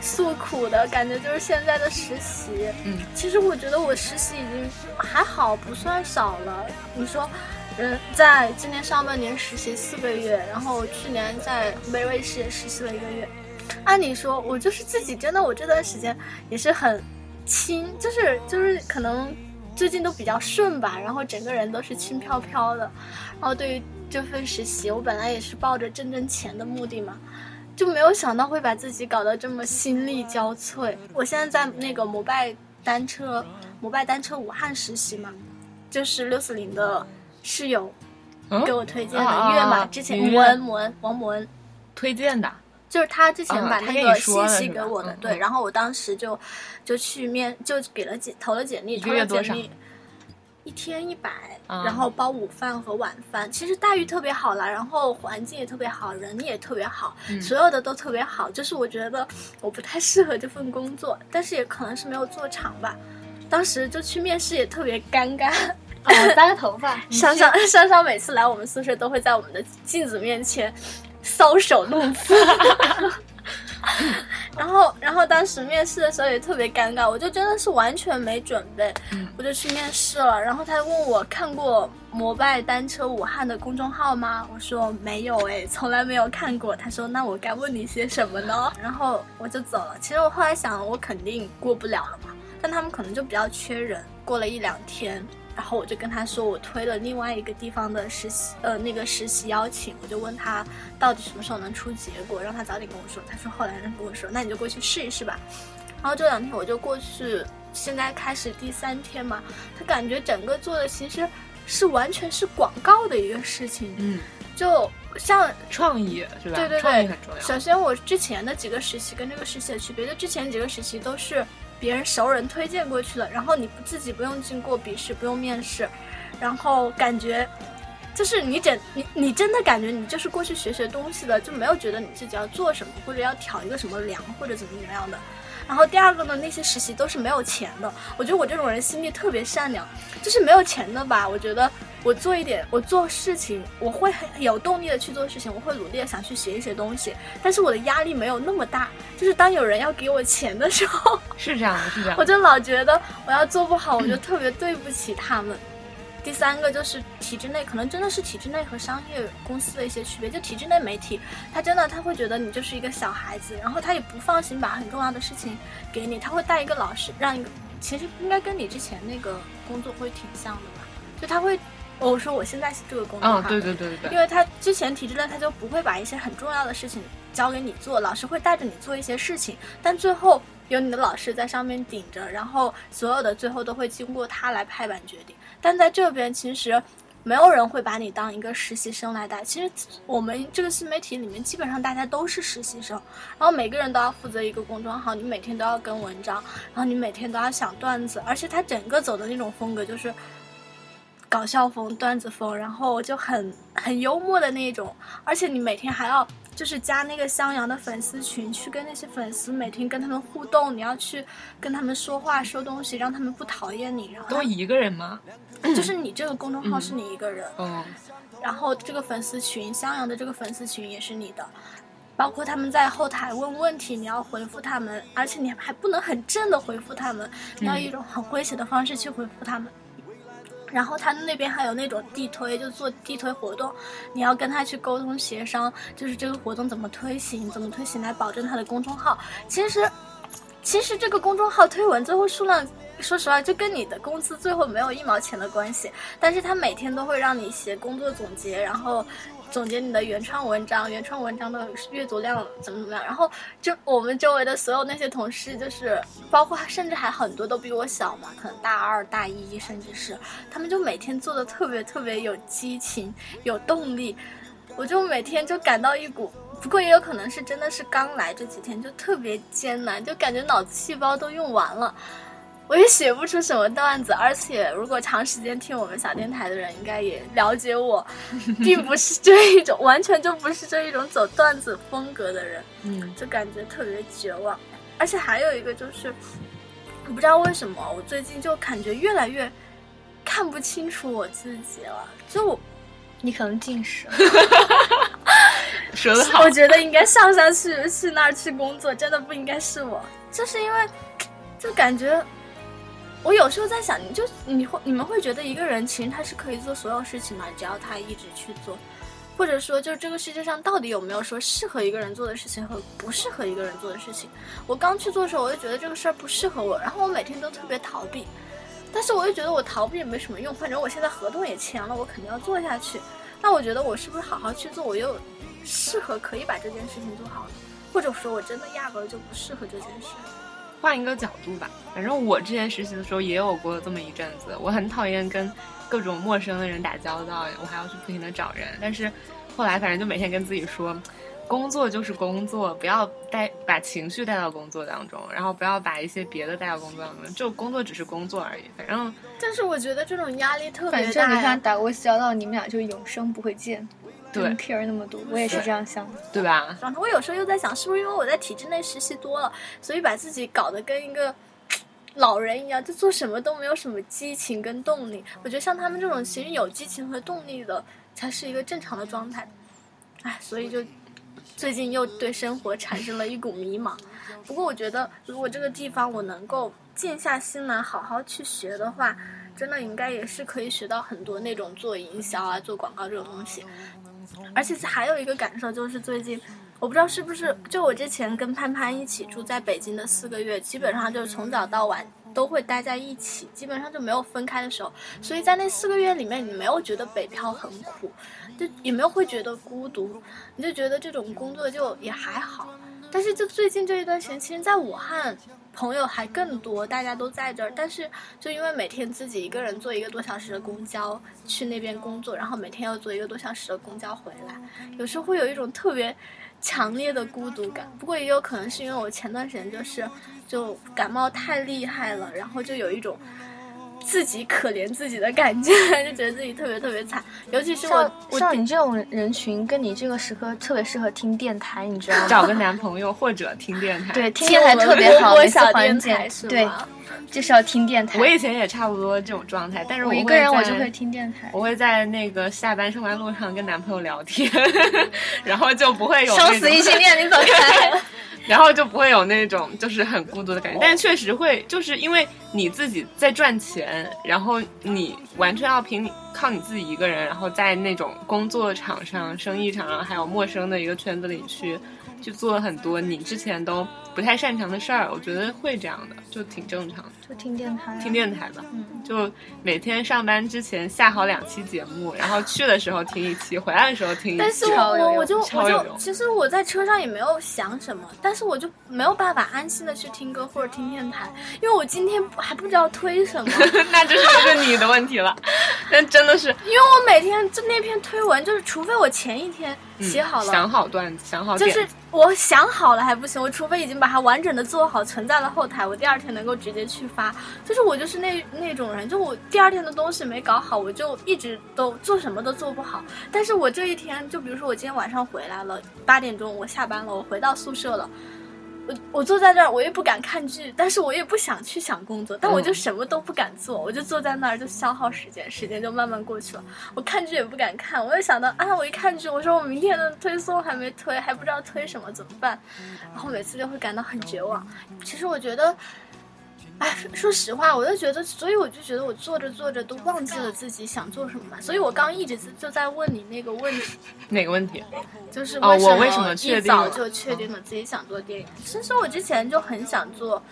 [SPEAKER 2] 诉苦的感觉，就是现在的实习。
[SPEAKER 4] 嗯，
[SPEAKER 2] 其实我觉得我实习已经还好，不算少了。你说，嗯，在今年上半年实习四个月，然后去年在梅瑞士也实习了一个月。按理说，我就是自己真的，我这段时间也是很轻，就是就是可能最近都比较顺吧，然后整个人都是轻飘飘的。然后对于这份实习，我本来也是抱着挣挣钱的目的嘛，就没有想到会把自己搞得这么心力交瘁。我现在在那个摩拜单车，摩拜单车武汉实习嘛，就是六四零的室友
[SPEAKER 4] 嗯
[SPEAKER 2] 给我推荐的
[SPEAKER 4] 啊啊
[SPEAKER 2] 月马，
[SPEAKER 4] 啊
[SPEAKER 2] 之前
[SPEAKER 4] 云
[SPEAKER 2] 母恩母恩王母恩。
[SPEAKER 4] 推荐的，
[SPEAKER 2] 就是他之前
[SPEAKER 4] 嗯
[SPEAKER 2] 把
[SPEAKER 4] 他
[SPEAKER 2] 那
[SPEAKER 4] 跟
[SPEAKER 2] 个
[SPEAKER 4] 你说
[SPEAKER 2] 信
[SPEAKER 4] 了
[SPEAKER 2] 息
[SPEAKER 4] 是
[SPEAKER 2] 给
[SPEAKER 4] 吧
[SPEAKER 2] 我的，
[SPEAKER 4] 嗯
[SPEAKER 2] 对，
[SPEAKER 4] 嗯
[SPEAKER 2] 然后我当时就就去面就给了简投了简历，
[SPEAKER 4] 一个
[SPEAKER 2] 投了
[SPEAKER 4] 月多
[SPEAKER 2] 简
[SPEAKER 4] 少
[SPEAKER 2] 历，一天一百，
[SPEAKER 4] 啊
[SPEAKER 2] 然后包午饭和晚饭，其实待遇特别好啦，然后环境也特别好，人也特别好，
[SPEAKER 4] 嗯
[SPEAKER 2] 所有的都特别好，就是我觉得我不太适合这份工作，但是也可能是没有做长吧，当时就去面试也特别尴尬，
[SPEAKER 5] 哦，扎个头发，
[SPEAKER 2] 珊珊珊珊每次来我们宿舍都会在我们的镜子面前搔首弄姿。 [laughs] 然后，然后当时面试的时候也特别尴尬，我就真的是完全没准备，
[SPEAKER 4] 嗯
[SPEAKER 2] 我就去面试了。然后他问我看过摩拜单车武汉的公众号吗？我说没有哎，从来没有看过。他说那我该问你些什么呢？然后我就走了。其实我后来想，我肯定过不了了嘛，但他们可能就比较缺人。过了一两天，然后我就跟他说，我推了另外一个地方的实习，呃，那个实习邀请，我就问他到底什么时候能出结果，让他早点跟我说。他说后来人跟我说，那你就过去试一试吧。然后这两天我就过去，现在开始第三天嘛，他感觉整个做的其实是完全是广告的一个事情，
[SPEAKER 4] 嗯，
[SPEAKER 2] 就像
[SPEAKER 4] 创意是吧？
[SPEAKER 2] 对对
[SPEAKER 4] 创意
[SPEAKER 2] 对
[SPEAKER 4] 很重要。
[SPEAKER 2] 首先，我之前的几个实习跟这个实习的区别，就之前几个实习都是别人熟人推荐过去的，然后你不自己不用经过笔试，不用面试，然后感觉就是你整你你真的感觉你就是过去学学东西的，就没有觉得你自己要做什么或者要挑一个什么梁或者怎么怎么样的。然后第二个呢，那些实习都是没有钱的。我觉得我这种人心地特别善良，就是没有钱的吧，我觉得我做一点，我做事情，我会很有动力的去做事情，我会努力的想去学一学东西，但是我的压力没有那么大。就是当有人要给我钱的时候，
[SPEAKER 4] 是这样的，是这样
[SPEAKER 2] 我
[SPEAKER 4] 的。
[SPEAKER 2] 就老觉得我要做不好，我就特别对不起他们。第三个就是体制内，可能真的是体制内和商业公司的一些区别。就体制内媒体，他真的他会觉得你就是一个小孩子，然后他也不放心把很重要的事情给你，他会带一个老师，让一个其实应该跟你之前那个工作会挺像的吧？就他会，哦我说我现在是这个工作
[SPEAKER 4] 嗯
[SPEAKER 2] 哈，
[SPEAKER 4] 对对对对
[SPEAKER 2] 因
[SPEAKER 4] 对，
[SPEAKER 2] 为他之前体制内，他就不会把一些很重要的事情交给你做，老师会带着你做一些事情，但最后有你的老师在上面顶着，然后所有的最后都会经过他来拍板决定。但在这边，其实没有人会把你当一个实习生来带。其实我们这个新媒体里面，基本上大家都是实习生，然后每个人都要负责一个公众号，你每天都要跟文章，然后你每天都要想段子，而且他整个走的那种风格就是搞笑风、段子风，然后就很很幽默的那种，而且你每天还要。就是加那个襄阳的粉丝群，去跟那些粉丝每天跟他们互动，你要去跟他们说话、说东西，让他们不讨厌你。然后
[SPEAKER 4] 都一个人吗？
[SPEAKER 2] 就是你这个公众号是你一个人，
[SPEAKER 4] 哦，
[SPEAKER 2] 然后这个粉丝群，襄阳的这个粉丝群也是你的，包括他们在后台问问题，你要回复他们，而且你还不能很正的回复他们，你要以一种很诙谐的方式去回复他们。然后他那边还有那种地推，就做地推活动，你要跟他去沟通协商，就是这个活动怎么推行，怎么推行来保证他的公众号。其实，其实这个公众号推文最后数量，说实话就跟你的工资最后没有一毛钱的关系。但是他每天都会让你写工作总结，然后总结你的原创文章，原创文章的阅读量怎么怎么样。然后就我们周围的所有那些同事，就是包括甚至还很多都比我小嘛，可能大二、大一，甚至是他们就每天做的特别特别有激情、有动力。我就每天就感到一股，不过也有可能是真的是刚来这几天就特别艰难，就感觉脑子细胞都用完了。我也写不出什么段子，而且如果长时间听我们小电台的人，应该也了解我，并不是这一种，完全就不是这一种走段子风格的人，
[SPEAKER 4] 嗯，
[SPEAKER 2] 就感觉特别绝望。而且还有一个就是，我不知道为什么，我最近就感觉越来越看不清楚我自己了，就我
[SPEAKER 5] 你可能近视。
[SPEAKER 4] 说的
[SPEAKER 2] [laughs]
[SPEAKER 4] 好
[SPEAKER 2] 我，觉得应该上山去去那儿去工作，真的不应该是我，就是因为就感觉。我有时候在想，你就你会你们会觉得一个人其实他是可以做所有事情嘛，只要他一直去做，或者说就这个世界上到底有没有说适合一个人做的事情和不适合一个人做的事情？我刚去做的时候，我就觉得这个事儿不适合我，然后我每天都特别逃避，但是我又觉得我逃避也没什么用，反正我现在合同也签了，我肯定要做下去。那我觉得我是不是好好去做，我又适合可以把这件事情做好呢？或者说我真的压根儿就不适合这件事？
[SPEAKER 4] 换一个角度吧。反正我之前实习的时候也有过这么一阵子，我很讨厌跟各种陌生的人打交道，我还要去不停的找人。但是后来反正就每天跟自己说，工作就是工作，不要带把情绪带到工作当中，然后不要把一些别的带到工作当中，就工作只是工作而已。反正
[SPEAKER 2] 但是我觉得这种压力特
[SPEAKER 5] 反
[SPEAKER 2] 别
[SPEAKER 5] 正
[SPEAKER 2] 大
[SPEAKER 5] 你
[SPEAKER 2] 呀
[SPEAKER 5] 看，打过交道，你们俩就永生不会见，
[SPEAKER 4] 对
[SPEAKER 2] 嗯
[SPEAKER 5] don't care 那么多。我也是这样想的。
[SPEAKER 4] 对吧？
[SPEAKER 2] 然后我有时候又在想，是不是因为我在体制内实习多了，所以把自己搞得跟一个老人一样，就做什么都没有什么激情跟动力。我觉得像他们这种其实有激情和动力的，才是一个正常的状态。哎，所以就最近又对生活产生了一股迷茫。不过我觉得，如果这个地方我能够静下心来好好去学的话，真的应该也是可以学到很多那种做营销啊、做广告这种东西。而且还有一个感受就是最近，我不知道是不是就我之前跟潘潘一起住在北京的四个月，基本上就是从早到晚都会待在一起，基本上就没有分开的时候。所以在那四个月里面，你没有觉得北漂很苦，就也没有会觉得孤独，你就觉得这种工作就也还好。但是就最近这一段时间，其实在武汉朋友还更多，大家都在这儿。但是就因为每天自己一个人坐一个多小时的公交去那边工作，然后每天要坐一个多小时的公交回来，有时候会有一种特别强烈的孤独感。不过也有可能是因为我前段时间就是就感冒太厉害了，然后就有一种。自己可怜自己的感觉， [laughs] 就觉得自己特别特别惨，尤其是我
[SPEAKER 5] 像
[SPEAKER 2] 我
[SPEAKER 5] 像你这种人群，跟你这个时刻特别适合听电台，你知道吗？
[SPEAKER 4] 找个男朋友或者听电
[SPEAKER 2] [laughs]
[SPEAKER 4] 台。
[SPEAKER 5] 对，听电台特别好，
[SPEAKER 2] 我
[SPEAKER 5] 每次
[SPEAKER 2] 小
[SPEAKER 5] 缓
[SPEAKER 2] 电
[SPEAKER 5] 解
[SPEAKER 2] 台是，
[SPEAKER 5] 对，
[SPEAKER 2] 吗
[SPEAKER 5] 就是要听电
[SPEAKER 4] [laughs]
[SPEAKER 5] 台。
[SPEAKER 4] 我以前也差不多这种状态，但是
[SPEAKER 5] 我
[SPEAKER 4] 我
[SPEAKER 5] 一个人我就
[SPEAKER 4] 在
[SPEAKER 5] 会听电台，
[SPEAKER 4] 我会在那个下班上班路上跟男朋友聊天， [laughs] 然后就不会有
[SPEAKER 5] 生
[SPEAKER 4] 那
[SPEAKER 5] 嗯死
[SPEAKER 4] 种
[SPEAKER 5] 异性恋，你走开。
[SPEAKER 4] 然后就不会有那种就是很孤独的感觉。但确实会，就是因为你自己在赚钱，然后你完全要凭你靠你自己一个人，然后在那种工作场上、生意场上，还有陌生的一个圈子里去去做很多你之前都不太擅长的事儿。我觉得会这样的，就挺正常的。
[SPEAKER 5] 就听电台啊，
[SPEAKER 4] 听电台吧，
[SPEAKER 5] 嗯
[SPEAKER 4] 就每天上班之前下好两期节目，然后去的时候听一期，回来的时候听一期。
[SPEAKER 2] 但是
[SPEAKER 5] 超
[SPEAKER 2] 我
[SPEAKER 5] 有
[SPEAKER 2] 我我
[SPEAKER 5] 用
[SPEAKER 2] 就
[SPEAKER 4] 超
[SPEAKER 2] 我
[SPEAKER 4] 有
[SPEAKER 2] 就
[SPEAKER 4] 用
[SPEAKER 2] 其实我在车上也没有想什么，但是我就没有办法安心的去听歌或者听电
[SPEAKER 4] [laughs]
[SPEAKER 5] [laughs]
[SPEAKER 2] 台，因为我今天还不知道推什么。
[SPEAKER 4] 那就是这是你的问题了。但真的是
[SPEAKER 2] 因为我每天就那篇推文，就是除非我前一天写
[SPEAKER 5] 嗯
[SPEAKER 2] 好了，
[SPEAKER 4] 嗯想好段子，想好
[SPEAKER 2] 就
[SPEAKER 4] 点
[SPEAKER 2] 是我想好了还不行，我除非已经把它完整的做好，存在了后台，我第二天能够直接去发。就是我就是那那种人，就我第二天的东西没搞好，我就一直都做什么都做不好。但是我这一天，就比如说我今天晚上回来了，八点钟我下班了，我回到宿舍了。我我坐在这儿，我也不敢看剧，但是我也不想去想工作，但我就
[SPEAKER 4] 嗯
[SPEAKER 2] 什么都不敢做，我就坐在那儿就消耗时间，时间就慢慢过去了。我看剧也不敢看，我就想到啊，我一看剧，我说我明天的推送还没推，还不知道推什么，怎么办？然后每次就会感到很绝望。其实我觉得，哎，说实话，我就觉得，所以我就觉得我做着做着都忘记了自己想做什么嘛。所以我刚一直就在问你那个问题，
[SPEAKER 4] 哪个问题？
[SPEAKER 2] 就是
[SPEAKER 4] 哦我为
[SPEAKER 2] 为
[SPEAKER 4] 什么
[SPEAKER 2] 一
[SPEAKER 4] 确定
[SPEAKER 2] 早
[SPEAKER 4] 了嗯
[SPEAKER 2] 就确定了自己想做电影？其实我之前就很想做，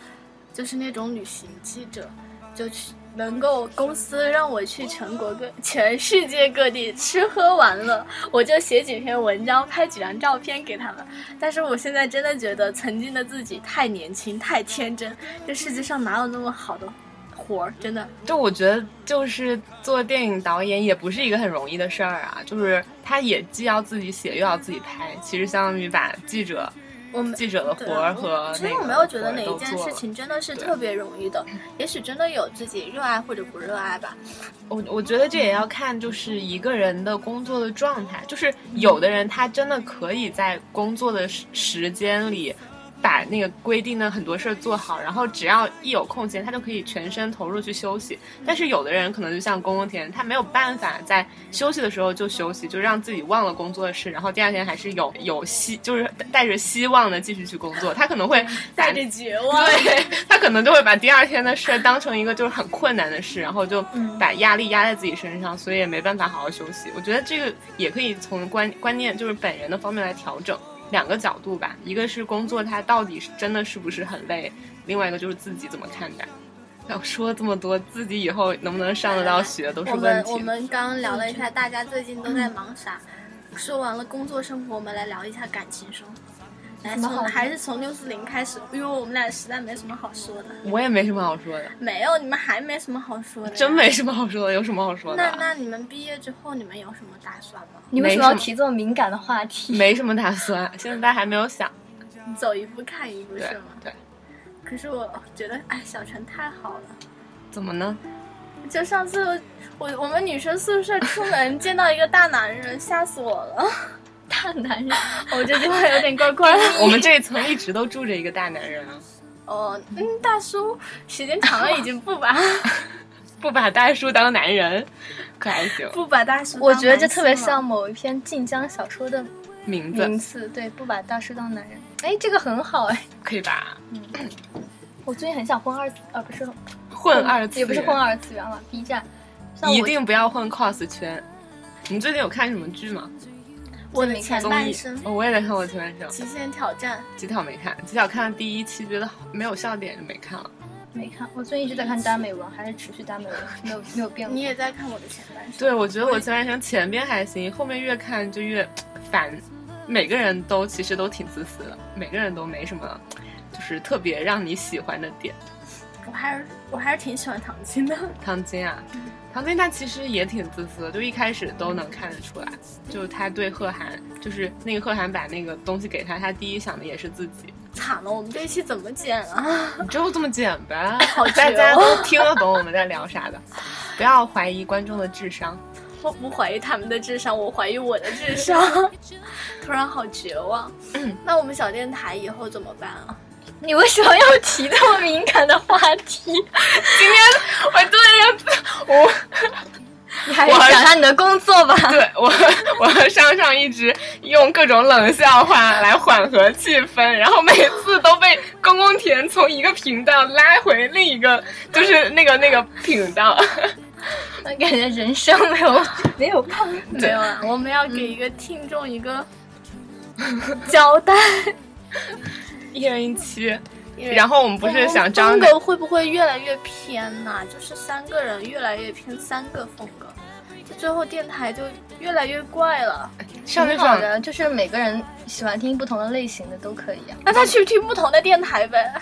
[SPEAKER 2] 就是那种旅行记者，就去能够公司让我去全国各、全世界各地吃喝玩乐，我就写几篇文章，拍几张照片给他们。但是我现在真的觉得曾经的自己太年轻、太天真，这世界上哪有那么好的活儿？真的，
[SPEAKER 4] 就我觉得，就是做电影导演也不是一个很容易的事儿啊，就是他也既要自己写，又要自己拍，其实相当于把记者
[SPEAKER 2] 我们
[SPEAKER 4] 记者的
[SPEAKER 2] 嗯对
[SPEAKER 4] 活儿和
[SPEAKER 2] 其实
[SPEAKER 4] 那
[SPEAKER 2] 我
[SPEAKER 4] 个
[SPEAKER 2] 没有觉得
[SPEAKER 4] 活儿
[SPEAKER 2] 哪
[SPEAKER 4] 都
[SPEAKER 2] 一件
[SPEAKER 4] 做
[SPEAKER 2] 事
[SPEAKER 4] 了
[SPEAKER 2] 情真的是
[SPEAKER 4] 对
[SPEAKER 2] 特别容易的，也许真的有自己热爱或者不热爱吧。
[SPEAKER 4] 我我觉得这也要看就是一个人的工作的状态，就是有的人他真的可以在工作的时时间里。把那个规定的很多事儿做好，然后只要一有空闲，他就可以全身投入去休息。但是有的人可能就像公公田，他没有办法在休息的时候就休息，就让自己忘了工作的事，然后第二天还是有有希，就是带着希望的继续去工作。他可能会
[SPEAKER 2] 带着绝望。
[SPEAKER 4] 对 [laughs] 他可能就会把第二天的事当成一个就是很困难的事，然后就
[SPEAKER 2] 嗯
[SPEAKER 4] 把压力压在自己身上，所以也没办法好好休息。我觉得这个也可以从观观念就是本人的方面来调整两个角度吧，一个是工作它到底是真的是不是很累，另外一个就是自己怎么看待。要说这么多，自己以后能不能上得到学都是
[SPEAKER 2] 我
[SPEAKER 4] 问
[SPEAKER 2] 们
[SPEAKER 4] 题。
[SPEAKER 2] 我们刚聊了一下大家最近都在忙啥，说完了工作生活，我们来聊一下感情生活。来，
[SPEAKER 5] 么好
[SPEAKER 2] 从
[SPEAKER 5] 呢
[SPEAKER 2] 还是从六四零开始，因为我们俩实在没什么好说的。
[SPEAKER 4] 我也没什么好说的，
[SPEAKER 2] 没有，你们还没什么好说的呀，
[SPEAKER 4] 真没什么好说的，有什么好说的
[SPEAKER 2] 那
[SPEAKER 4] 啊？
[SPEAKER 2] 那你们毕业之后，你们有什么打算吗？
[SPEAKER 5] [laughs] 你为什
[SPEAKER 4] 没
[SPEAKER 5] 么要
[SPEAKER 4] 什么
[SPEAKER 5] 提这么敏感的话题？
[SPEAKER 4] 没什么打算，现在还没有想。
[SPEAKER 2] 走一步看一步
[SPEAKER 4] 对
[SPEAKER 2] 是吗？
[SPEAKER 4] 对，
[SPEAKER 2] 可是我觉得，哎，小陈太好了。
[SPEAKER 4] 怎么呢？
[SPEAKER 2] 就上次我我们女生宿舍出 [laughs] 门见到一个大男人，吓死我了。
[SPEAKER 5] 大男 [laughs] 人，
[SPEAKER 2] 我这句话有点怪怪的。
[SPEAKER 4] 我们这一层一直都住着一个大男人啊，
[SPEAKER 2] 哦，嗯，大叔，时间长了已经不 [laughs] 把
[SPEAKER 4] 不把大叔当男人，可还行。
[SPEAKER 2] 不把大叔当男性了。
[SPEAKER 5] [laughs] 我觉得这特别像某一篇晋江小说的
[SPEAKER 4] 名字
[SPEAKER 5] 名字，对，不把大叔当男人。哎，这个很好哎，
[SPEAKER 4] 可以吧？
[SPEAKER 5] 我最近很想混二次，呃，不是
[SPEAKER 4] 混二次元
[SPEAKER 5] 也不是混，二次元了，B 站。像我
[SPEAKER 4] 一定不要混 cos 圈。你最近有看什么剧吗？
[SPEAKER 2] 我的前
[SPEAKER 4] 综
[SPEAKER 2] 半
[SPEAKER 4] 艺
[SPEAKER 2] 生，
[SPEAKER 4] 哦，我也在看《我前半生》，
[SPEAKER 2] 极限挑战。
[SPEAKER 4] 吉条没看，吉条看了第一期，觉得好没有笑点就没看了。
[SPEAKER 5] 没看，我最近一直在看耽美文，还是持续耽美文，没有没有变
[SPEAKER 2] 你
[SPEAKER 5] 过。
[SPEAKER 2] 也在看我的前半生。
[SPEAKER 4] 对，我觉得《我前半生》前边还行，后面越看就越烦。每个人都其实都挺自私的，每个人都没什么，就是特别让你喜欢的点。
[SPEAKER 2] 我还是我还是挺喜欢唐晶的。
[SPEAKER 4] 唐晶啊，唐晶她其实也挺自私的，就一开始都能看得出来，就是她对贺涵，就是那个贺涵把那个东西给她，她第一想的也是自己，
[SPEAKER 2] 惨了，我们这一期怎么剪啊？
[SPEAKER 4] 你就这么简单，
[SPEAKER 2] 绝哦
[SPEAKER 4] 大家都听得懂我们在聊啥的，不要怀疑观众的智商。
[SPEAKER 2] 我不怀疑他们的智商，我怀疑我的智商。 [laughs] 突然好绝望。那我们小电台以后怎么办啊？
[SPEAKER 5] 嗯你为什么要提这么敏感的话
[SPEAKER 2] [laughs]
[SPEAKER 5] 题？
[SPEAKER 4] 我对呀，我
[SPEAKER 5] 你还是讲一下你的工作吧。
[SPEAKER 4] 对我我和上上一直用各种冷笑话来缓和气氛，然后每次都被公公田从一个频道拉回另一个，就是那个那个频道。
[SPEAKER 5] 我感觉人生没有没有盼头。
[SPEAKER 2] [laughs] 没有啊，我们要
[SPEAKER 5] 嗯
[SPEAKER 2] 给一个听众一个交代。
[SPEAKER 4] 一人一期，然后我们不是想张
[SPEAKER 2] 风
[SPEAKER 4] 的
[SPEAKER 2] 格会不会越来越偏呐、就是三个人越来越偏三个风格，就最后电台就越来越怪了。
[SPEAKER 4] 上那
[SPEAKER 5] 挺好
[SPEAKER 4] 种
[SPEAKER 5] 的，就是每个人喜欢听不同的类型的都可以啊。
[SPEAKER 2] 那他去听不同的电台呗。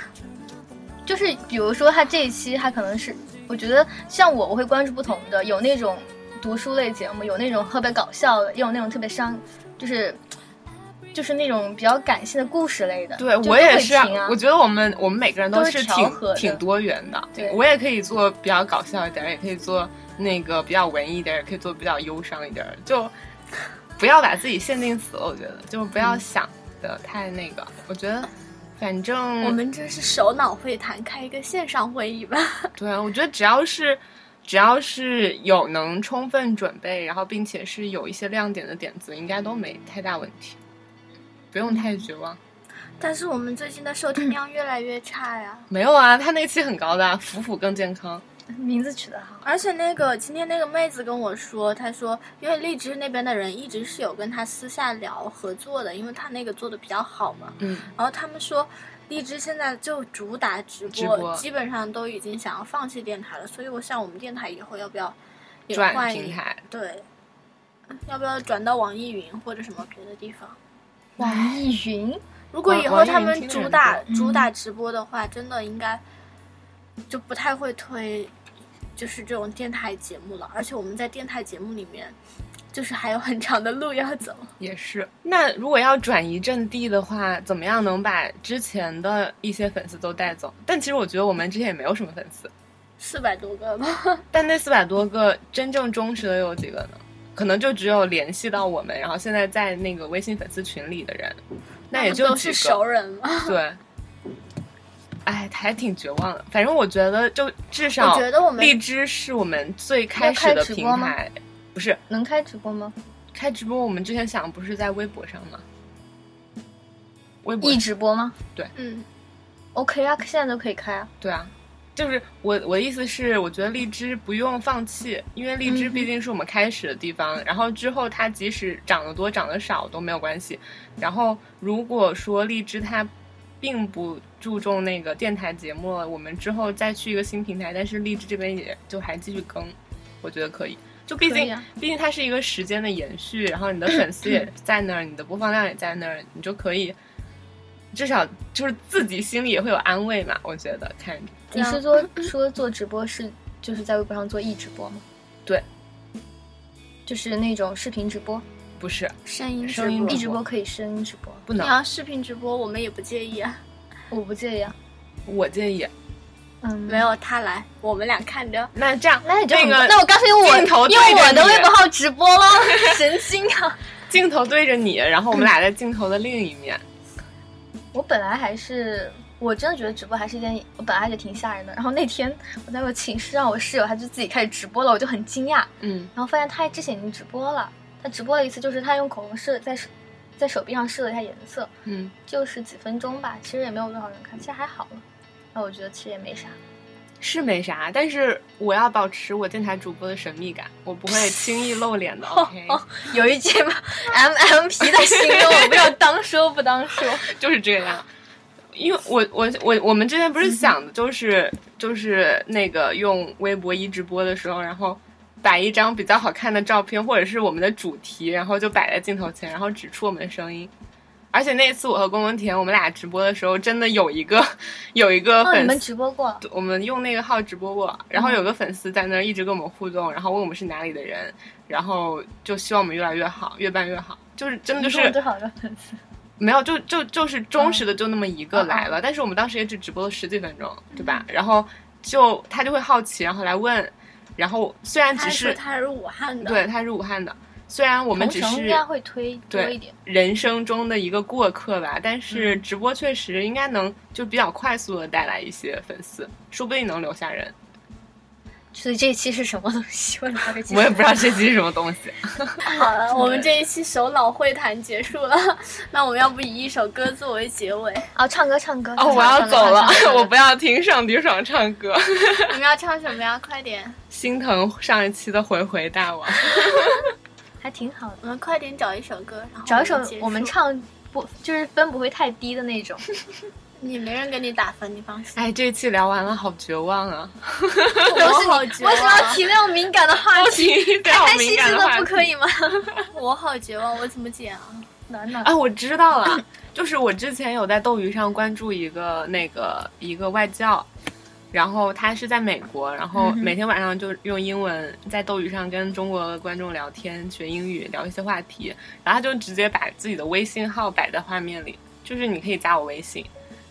[SPEAKER 5] 就是比如说他这一期他可能是，我觉得像我我会关注不同的，有那种。读书类节目，有那种特别搞笑的，也有那种特别伤，就是就是那种比较感性的故事类的。
[SPEAKER 4] 对
[SPEAKER 5] 就
[SPEAKER 4] 我
[SPEAKER 5] 都
[SPEAKER 4] 也
[SPEAKER 5] 会
[SPEAKER 4] 是啊
[SPEAKER 5] 听啊，
[SPEAKER 4] 我觉得我们我们每个人
[SPEAKER 5] 都是
[SPEAKER 4] 是
[SPEAKER 5] 调
[SPEAKER 4] 挺
[SPEAKER 5] 和的
[SPEAKER 4] 挺多元的。
[SPEAKER 5] 对
[SPEAKER 4] 我也可以做比较搞笑一点儿，也可以做那个比较文艺一点儿，也可以做比较忧伤一点儿，就不要把自己限定死了。我觉得，就不
[SPEAKER 5] 嗯
[SPEAKER 4] 要想的太那个。我觉得，反正
[SPEAKER 2] 我们这是首脑会谈，开一个线上会议吧。
[SPEAKER 4] 对，我觉得只要是只要是有能充分准备，然后并且是有一些亮点的点子，应该都没太大问题，不用太绝望。
[SPEAKER 2] 但是我们最近的收听量越来越差呀。
[SPEAKER 4] 没有啊，他那期很高的，腐腐更健康。
[SPEAKER 5] 名字取得好。
[SPEAKER 2] 而且那个今天那个妹子跟我说，她说因为荔枝那边的人一直是有跟她私下聊合作的，因为她那个做的比较好嘛。
[SPEAKER 4] 嗯，
[SPEAKER 2] 然后他们说，荔枝现在就主打直播，
[SPEAKER 4] 直播
[SPEAKER 2] 基本上都已经想要放弃电台了。所以我想，我们电台以后要不要也
[SPEAKER 4] 转
[SPEAKER 2] 换一
[SPEAKER 4] 平？台，
[SPEAKER 2] 对，要不要转到网易云或者什么别的地方？
[SPEAKER 5] 网易云，
[SPEAKER 2] 如果
[SPEAKER 4] 网
[SPEAKER 2] 以后
[SPEAKER 4] 网易
[SPEAKER 2] 他
[SPEAKER 4] 云
[SPEAKER 2] 们
[SPEAKER 4] 听的
[SPEAKER 2] 主
[SPEAKER 4] 人
[SPEAKER 2] 打
[SPEAKER 4] 多
[SPEAKER 5] 嗯
[SPEAKER 2] 主打直播的话，真的应该就不太会推，就是这种电台节目了。而且我们在电台节目里面，就是还有很长的路要走。
[SPEAKER 4] 也是。那如果要转移阵地的话，怎么样能把之前的一些粉丝都带走？但其实我觉得我们之前也没有什么粉丝，
[SPEAKER 2] 四百多个吧，
[SPEAKER 4] 但那四百多个真正忠实的又有几个呢？可能就只有联系到我们，然后现在在那个微信粉丝群里的人，那也
[SPEAKER 2] 我们
[SPEAKER 4] 就
[SPEAKER 2] 都
[SPEAKER 4] 几
[SPEAKER 2] 是
[SPEAKER 4] 个。
[SPEAKER 2] 熟人了。
[SPEAKER 4] 对，
[SPEAKER 2] [laughs]
[SPEAKER 4] 哎，还挺绝望的。反正我觉得，就至
[SPEAKER 2] 我
[SPEAKER 4] 少
[SPEAKER 2] 觉得我们
[SPEAKER 4] 荔枝是我们最开始的平
[SPEAKER 5] 要开直播吗
[SPEAKER 4] 台，不是
[SPEAKER 5] 能开直播吗？
[SPEAKER 4] 开直播。我们之前想不是在微博上吗？微博
[SPEAKER 5] 易直播吗
[SPEAKER 2] 嗯，
[SPEAKER 5] ？OK 啊，现在都可以开啊。
[SPEAKER 4] 对啊，就是我我的意思是，我觉得荔枝不用放弃，因为荔枝
[SPEAKER 5] 嗯哼
[SPEAKER 4] 毕竟是我们开始的地方。然后之后它即使涨得多涨得少都没有关系。然后如果说荔枝它并不注重那个电台节目了，我们之后再去一个新平台，但是荔枝这边也就还继续更，我觉得可以。就毕
[SPEAKER 5] 可以
[SPEAKER 4] 竟，
[SPEAKER 5] 啊嗯
[SPEAKER 4] 毕竟它是一个时间的延续，然后你的粉丝也在那儿，你的播放量也在那儿，你就可以，至少就是自己心里也会有安慰嘛。我觉得看着，
[SPEAKER 5] 你是说
[SPEAKER 4] [laughs]
[SPEAKER 5] 说做直播是就是在微博上做易直播吗？
[SPEAKER 4] 对，
[SPEAKER 5] 就是那种视频直播，
[SPEAKER 4] 不是
[SPEAKER 2] 声音直
[SPEAKER 4] 声音
[SPEAKER 2] 播
[SPEAKER 5] 易直播可以声音直播，
[SPEAKER 4] 不
[SPEAKER 2] 你
[SPEAKER 4] 能，
[SPEAKER 2] 要视频直播，我们也不介意啊。
[SPEAKER 5] 我不介意啊。
[SPEAKER 4] 我建议。
[SPEAKER 5] 嗯，
[SPEAKER 2] 没有他来，我们俩看着。
[SPEAKER 4] 那这样，
[SPEAKER 5] 那你就很
[SPEAKER 4] 个
[SPEAKER 5] 那我干脆用我
[SPEAKER 4] 镜头对着
[SPEAKER 5] 用我的
[SPEAKER 4] 你
[SPEAKER 5] 微博号直播喽，神经啊！ [laughs]
[SPEAKER 4] 镜头对着你，然后我们俩在镜头的另一面。
[SPEAKER 5] 我本来还是我真的觉得直播还是一件，我本来还是挺吓人的。然后那天我在我寝室让我室友，他就自己开始直播了，我就很惊讶，
[SPEAKER 4] 嗯，
[SPEAKER 5] 然后发现他之前已经直播了，他直播了一次，就是他用口红试在手在手臂上试了一下颜色，
[SPEAKER 4] 嗯，
[SPEAKER 5] 就是几分钟吧，其实也没有多少人看，其实还好了。那我觉得其实也没啥，
[SPEAKER 4] 是没啥，但是我要保持我电台主播的神秘感，我不会轻易露脸的。OK，
[SPEAKER 5] 有一句嘛 [laughs] M M P 在心中，我不知道当说不
[SPEAKER 4] [laughs]
[SPEAKER 5] 当说。
[SPEAKER 4] 就是这样。因为我我我我们之前不是想的就是就是那个用微博一直播的时候，然后摆一张比较好看的照片，或者是我们的主题，然后就摆在镜头前，然后只出我们的声音。而且那次我和龚文田我们俩直播的时候，真的有一个有一个
[SPEAKER 5] 哦，你们
[SPEAKER 4] 粉丝，
[SPEAKER 5] 直播过？
[SPEAKER 4] 我们用那个号直播过，然后有个粉丝在那儿一直跟我们互动，然后问我们是哪里的人，然后就希望我们越来越好，越办越好。就是真的就
[SPEAKER 5] 你
[SPEAKER 4] 是
[SPEAKER 5] 跟我多少个粉丝？
[SPEAKER 4] 没有，就就就是
[SPEAKER 5] 嗯
[SPEAKER 4] 忠实的就那么一个来了，但是我们当时也只直播了十几分钟，对吧？然后就他就会好奇，然后来问，然后虽然
[SPEAKER 2] 他
[SPEAKER 4] 只
[SPEAKER 2] 说
[SPEAKER 4] 是
[SPEAKER 2] 他是武汉的，
[SPEAKER 4] 对他是武汉的，虽然我
[SPEAKER 5] 我
[SPEAKER 4] 们只
[SPEAKER 5] 应
[SPEAKER 4] 是
[SPEAKER 5] 该会推多一
[SPEAKER 4] 对
[SPEAKER 5] 点。嗯
[SPEAKER 4] 人生中的一个过客吧，但是直播确实应该能就比较快速的带来一些粉丝，说不定能留下人。
[SPEAKER 5] 所以这一期是什么东西？ [laughs] 我也不知道这期。
[SPEAKER 4] 我也不知道这期是什么东
[SPEAKER 5] [laughs]
[SPEAKER 4] 西，
[SPEAKER 2] 好了，我们这一期首脑会谈结束了， [laughs] 那我们要不以一首歌作为结尾？
[SPEAKER 5] 啊，唱歌唱歌。
[SPEAKER 4] 哦，我要走了， [laughs] 我不
[SPEAKER 5] 要。
[SPEAKER 4] 要听上迪爽唱歌， [laughs]
[SPEAKER 2] 你们要唱什么呀？快点，
[SPEAKER 4] 心疼上一期的回回大王。 [laughs]
[SPEAKER 5] 还挺好的，
[SPEAKER 2] 我们快点找一首歌，然后
[SPEAKER 5] 找一首
[SPEAKER 2] 哦结束
[SPEAKER 5] 我们。唱不就是分不会太低的那
[SPEAKER 2] [laughs]
[SPEAKER 5] 种。
[SPEAKER 2] 你没人给你打分，你放
[SPEAKER 4] [laughs]
[SPEAKER 2] 心。
[SPEAKER 4] 哎，这期聊完了，好绝望啊！
[SPEAKER 2] 我好绝
[SPEAKER 5] 为什么要
[SPEAKER 2] 望，啊
[SPEAKER 5] 提那种敏感的话题？
[SPEAKER 4] 对，
[SPEAKER 5] 开
[SPEAKER 4] 好
[SPEAKER 5] 开
[SPEAKER 4] 敏
[SPEAKER 5] 心
[SPEAKER 4] 感
[SPEAKER 5] 心
[SPEAKER 4] 的话
[SPEAKER 5] 不
[SPEAKER 4] 题
[SPEAKER 5] 可以吗？ [laughs]
[SPEAKER 2] 我好绝望，我怎么剪啊？
[SPEAKER 5] 暖暖，
[SPEAKER 4] 啊！我知道了，就是我之前有在斗鱼上关注一个那个一个外教，然后他是在美国，然后
[SPEAKER 5] 嗯哼
[SPEAKER 4] 每天晚上就用英文在斗鱼上跟中国的观众聊天，学英语，聊一些话题。然后他就直接把自己的微信号摆在画面里，就是你可以加我微信，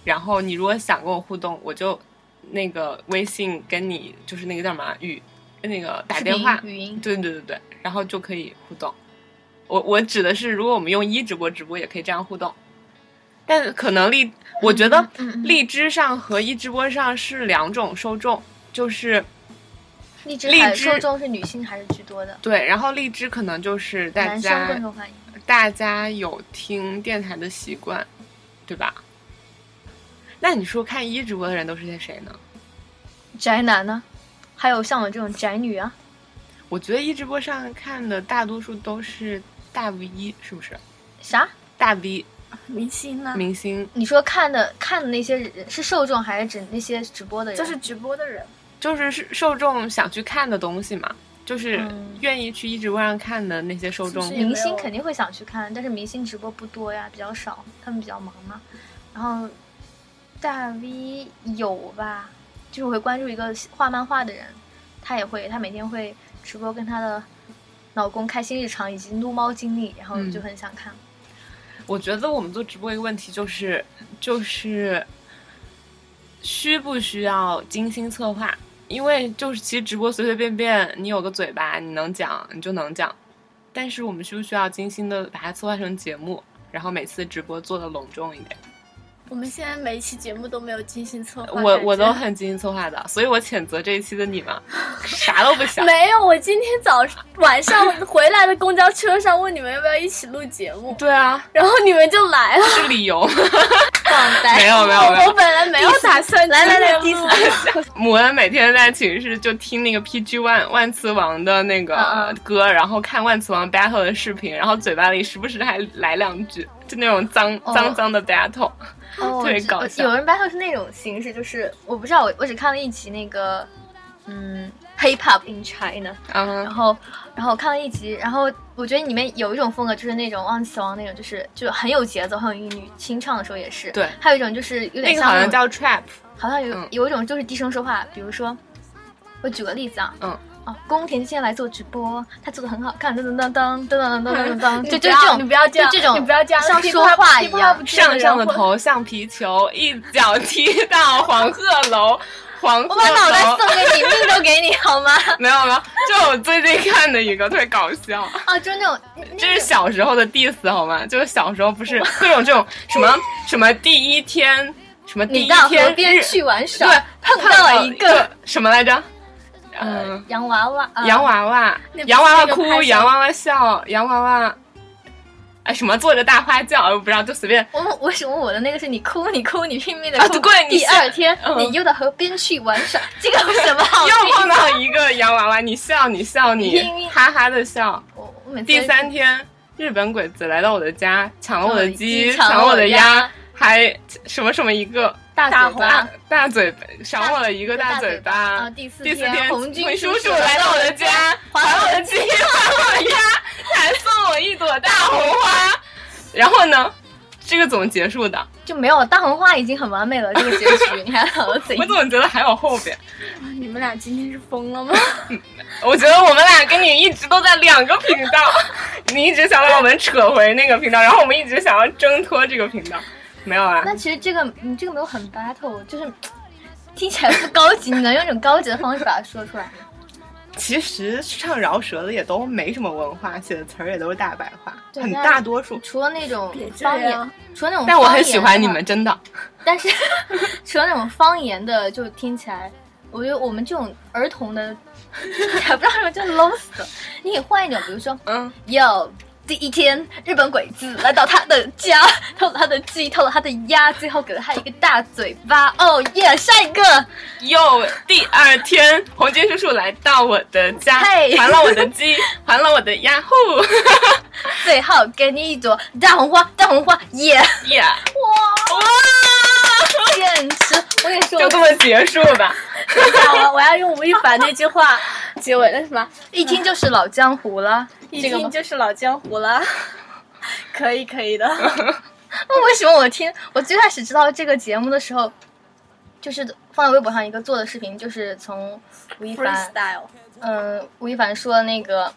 [SPEAKER 4] 然后你如果想跟我互动，我就那个微信跟你就是那个叫什么啊语那个打电话
[SPEAKER 5] 视，频语音，
[SPEAKER 4] 对对对对，然后就可以互动。我我指的是，如果我们用一直播直播，也可以这样互动。但可能荔，我觉得
[SPEAKER 5] 嗯嗯
[SPEAKER 4] 荔枝上和一直播上是两种受众，就是
[SPEAKER 5] 荔枝
[SPEAKER 4] 荔
[SPEAKER 5] 还
[SPEAKER 4] 枝
[SPEAKER 5] 受众是女性还是居多的？
[SPEAKER 4] 对，然后荔枝可能就是大
[SPEAKER 5] 男生更
[SPEAKER 4] 家
[SPEAKER 5] 受欢迎。
[SPEAKER 4] 大家有听电台的习惯，对吧？那你说看一直播的人都是些谁呢？
[SPEAKER 5] 宅男呢？还有像我这种宅女啊，
[SPEAKER 4] 我觉得一直播上看的大多数都是大 V，是不是？
[SPEAKER 5] 啥？
[SPEAKER 4] 大 V
[SPEAKER 2] 明星呢，
[SPEAKER 4] 明星
[SPEAKER 5] 你说看的看的那些人是受众还是指那些直播的人？
[SPEAKER 2] 就是直播的人，
[SPEAKER 4] 就是是受众想去看的东西嘛，就是
[SPEAKER 5] 嗯
[SPEAKER 4] 愿意去一直播上看的那些受众
[SPEAKER 2] 是不。是
[SPEAKER 5] 明星肯定会想去看，但是明星直播不多呀，比较少，他们比较忙嘛。然后大 V 有吧，就是我会关注一个画漫画的人，他也会，他每天会直播跟他的老公开心日常以及撸猫经历，然后
[SPEAKER 4] 嗯
[SPEAKER 5] 就很想看。
[SPEAKER 4] 我觉得我们做直播一个问题就是，就是需不需要精心策划？因为就是其实直播随随便便，你有个嘴巴，你能讲你就能讲，但是我们需不需要精心的把它策划成节目，然后每次直播做的隆重一点？
[SPEAKER 2] 我们现在每一期节目都没有精心策划，
[SPEAKER 4] 我
[SPEAKER 2] 感觉
[SPEAKER 4] 我都很精心策划的，所以我谴责这一期的你
[SPEAKER 2] [laughs]
[SPEAKER 4] 们，啥都不想。
[SPEAKER 2] 没有。我今天早上晚上回来的公交车上问你们要不要一起录节目，
[SPEAKER 4] 对啊，
[SPEAKER 2] 然后你们就来了。
[SPEAKER 4] 是理由。
[SPEAKER 5] 放呆
[SPEAKER 4] 没有没有没
[SPEAKER 2] 我
[SPEAKER 4] 有，
[SPEAKER 2] 本来没有打算
[SPEAKER 5] 来来来
[SPEAKER 2] 今天录
[SPEAKER 4] 母恩每天在寝室就听那个 PG One 万磁王的那
[SPEAKER 5] 嗯
[SPEAKER 4] 个歌，然后看万磁王 battle 的视频，然后嘴巴里时不时还来两句，就那种脏
[SPEAKER 5] 哦
[SPEAKER 4] 脏脏的 battle。
[SPEAKER 5] 哦，
[SPEAKER 4] 特别
[SPEAKER 5] 我知
[SPEAKER 4] 搞
[SPEAKER 5] 我
[SPEAKER 4] 笑
[SPEAKER 5] 有人 battle 是那种形式，就是我不知道，我我只看了一集那个，嗯，Hip Hop in China，然
[SPEAKER 4] 嗯，
[SPEAKER 5] 后然后我看了一集，然后我觉得里面有一种风格就是那种忘词王那种，就是就很有节奏，很有韵律，清唱的时候也是。
[SPEAKER 4] 对
[SPEAKER 5] 还有一种就是有
[SPEAKER 4] 那
[SPEAKER 5] 点
[SPEAKER 4] 个
[SPEAKER 5] 像
[SPEAKER 4] 好
[SPEAKER 5] 那
[SPEAKER 4] 像
[SPEAKER 5] 种
[SPEAKER 4] 叫 trap。
[SPEAKER 5] 好像有
[SPEAKER 4] 嗯
[SPEAKER 5] 有一种就是低声说话，比如说，我举个例子啊，
[SPEAKER 4] 嗯。
[SPEAKER 5] 啊，宫田今天来做直播，他做的很好看，噔噔噔噔噔噔
[SPEAKER 4] [laughs]
[SPEAKER 5] 噔噔噔，
[SPEAKER 2] 你不
[SPEAKER 5] 就就
[SPEAKER 2] 要
[SPEAKER 5] 这种，
[SPEAKER 2] 你不要这样
[SPEAKER 5] 就这种，
[SPEAKER 2] 你不要这样
[SPEAKER 5] 像
[SPEAKER 2] 噼
[SPEAKER 5] 说
[SPEAKER 2] 啪
[SPEAKER 5] 话
[SPEAKER 2] 噼
[SPEAKER 5] 一
[SPEAKER 2] 啪
[SPEAKER 5] 样
[SPEAKER 2] 不，停
[SPEAKER 4] 上上的头像皮球，一脚踢到黄鹤
[SPEAKER 5] [laughs]
[SPEAKER 4] 楼，黄鹤
[SPEAKER 5] 我把脑袋
[SPEAKER 4] 楼
[SPEAKER 5] 送给你，命都给你，好吗？
[SPEAKER 4] 没有没有，就我最近看的一个特别搞笑，
[SPEAKER 5] 啊，就是那种，那
[SPEAKER 4] 这是小时候的 diss 好吗？就是小时候不是各种这种什么什么第一天什么第
[SPEAKER 5] 你
[SPEAKER 4] 一
[SPEAKER 5] 到
[SPEAKER 4] 天
[SPEAKER 5] 河边
[SPEAKER 4] 日
[SPEAKER 5] 去玩耍，
[SPEAKER 4] 对，
[SPEAKER 5] 碰到了一个
[SPEAKER 4] 什么来着？
[SPEAKER 5] 呃
[SPEAKER 4] 嗯，
[SPEAKER 5] 洋娃娃，啊
[SPEAKER 4] 洋娃娃
[SPEAKER 2] 那不，是
[SPEAKER 4] 洋娃娃
[SPEAKER 2] 那个拍
[SPEAKER 4] 哭，
[SPEAKER 2] 手
[SPEAKER 4] 洋娃娃笑，洋娃娃，哎，什么坐着大花轿，我不知道，就随便。
[SPEAKER 5] 我我什么我的那个是你哭你哭你拼命的
[SPEAKER 4] 啊
[SPEAKER 5] 哭，
[SPEAKER 4] 对你
[SPEAKER 5] 第二天、
[SPEAKER 4] 嗯
[SPEAKER 5] 你又到河边去玩耍，这个有什么好
[SPEAKER 4] 又碰
[SPEAKER 5] 拼？
[SPEAKER 4] 到一个洋娃娃，你笑，你笑，
[SPEAKER 5] 因
[SPEAKER 4] 你
[SPEAKER 5] 为
[SPEAKER 4] 哈哈的笑。
[SPEAKER 5] 我我每次
[SPEAKER 4] 第三天，日本鬼子来到我的家，抢了我的鸡，
[SPEAKER 5] 抢了
[SPEAKER 4] 抢了我
[SPEAKER 5] 我
[SPEAKER 4] 的
[SPEAKER 5] 的
[SPEAKER 4] 鸭
[SPEAKER 5] 鸭，
[SPEAKER 4] 还什么什么一个
[SPEAKER 5] 大嘴
[SPEAKER 4] 大
[SPEAKER 5] 巴。
[SPEAKER 4] 大嘴巴，赏我了一个
[SPEAKER 5] 大
[SPEAKER 4] 嘴
[SPEAKER 5] 嘴
[SPEAKER 4] 巴。
[SPEAKER 5] 啊！第四
[SPEAKER 4] 第四天，
[SPEAKER 5] 红军
[SPEAKER 4] 叔
[SPEAKER 5] 叔
[SPEAKER 4] 来到我的家，还我的鸡，还我的鸭， [laughs] 还送我一朵大红花。然后呢，这个怎么结束的？
[SPEAKER 5] 就没有大红花已经很完美了，这个结局你还好怎
[SPEAKER 4] 我
[SPEAKER 5] 样
[SPEAKER 4] 怎？么觉得还有后边？
[SPEAKER 2] 你们俩今天是疯了吗？
[SPEAKER 4] 我觉得我们俩跟你一直都在两个频道， [laughs] 你一直想把我们扯回那个频道，然后我们一直想要挣脱这个频道，没有啊？
[SPEAKER 5] 那其实这个你这个没有很 battle，就是听起来不高级，你能用一种高级的方式把它说出来吗。
[SPEAKER 4] 其实唱饶舌的也都没什么文化，写的词儿也都是大白话，
[SPEAKER 5] 对
[SPEAKER 4] 很
[SPEAKER 5] 但
[SPEAKER 4] 大多数。
[SPEAKER 5] 除了那种
[SPEAKER 2] 别这
[SPEAKER 5] 方
[SPEAKER 2] 样
[SPEAKER 5] 言，除了那种，
[SPEAKER 4] 但我很喜欢你们，。真的。
[SPEAKER 5] 但是 [laughs] 除了那种方言的，就听起来，我觉得我们这种儿童的， [laughs] 也不知道什么就 low 死了。你可以换一种，比如说，
[SPEAKER 4] 嗯，
[SPEAKER 5] 哟，第一天日本鬼子来到他的家，偷了他的鸡，偷了他的鸭，最后给了他一个大嘴巴。哦耶，下一个，
[SPEAKER 4] 又第二天，红军叔叔来到我的家，
[SPEAKER 5] 嘿
[SPEAKER 4] 还了我的
[SPEAKER 5] [laughs]
[SPEAKER 4] 鸡，还了我的鸭户，
[SPEAKER 5] 最后给你一朵大红花，大红花 [laughs] 耶
[SPEAKER 4] 耶！
[SPEAKER 5] 哇，
[SPEAKER 4] 哇，
[SPEAKER 5] 简直！我跟你说，
[SPEAKER 4] 就这么结束吧。
[SPEAKER 2] 等一下我我要用吴亦凡那句话结尾，那什么，
[SPEAKER 5] 一听就是老江湖了。
[SPEAKER 2] 一
[SPEAKER 5] 这个吗
[SPEAKER 2] 听就是老江湖了。可以可以的，
[SPEAKER 5] [laughs] 为什么我听我最开始知道这个节目的时候，就是放在微博上一个做的视频，就是从吴亦凡，
[SPEAKER 2] freestyle，
[SPEAKER 5] 嗯、吴亦凡说那个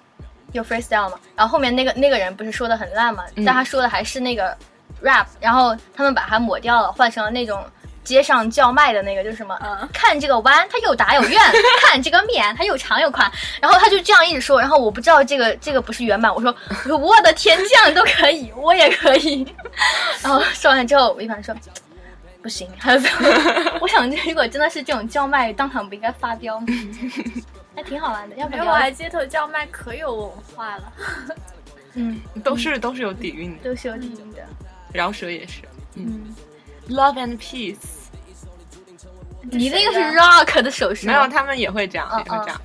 [SPEAKER 5] 有 freestyle 嘛，然后后面那个那个人不是说的很烂嘛，
[SPEAKER 2] 嗯
[SPEAKER 5] 但他说的还是那个 rap，然后他们把它抹掉了，换成了那种。街上叫卖的那个就是什么？
[SPEAKER 2] 嗯
[SPEAKER 5] 看这个弯，它又大又
[SPEAKER 2] [laughs]
[SPEAKER 5] 圆；看这个面，它又长又宽。然后他就这样一直说，然后我不知道这个这个不是原版。我说我说我的天，这样都可以，我也可以。 [laughs] 然后说完之后，吴亦凡说不行，还 [laughs] 有我想，如果真的是这种叫卖，当场不应该发 [laughs] 飙吗？还挺好玩的，要不
[SPEAKER 2] 没有啊，
[SPEAKER 5] 要？
[SPEAKER 2] 街头叫卖可有文化了。
[SPEAKER 5] 嗯，
[SPEAKER 4] 都是都是有底蕴的，
[SPEAKER 5] 都是有底蕴的。
[SPEAKER 4] 饶舌也是，嗯，Love and Peace，
[SPEAKER 5] 你那个是
[SPEAKER 2] 谁
[SPEAKER 5] rock 的手势
[SPEAKER 4] 没
[SPEAKER 5] 吗，
[SPEAKER 4] 有他们也会这样，
[SPEAKER 5] 哦
[SPEAKER 4] 也会这样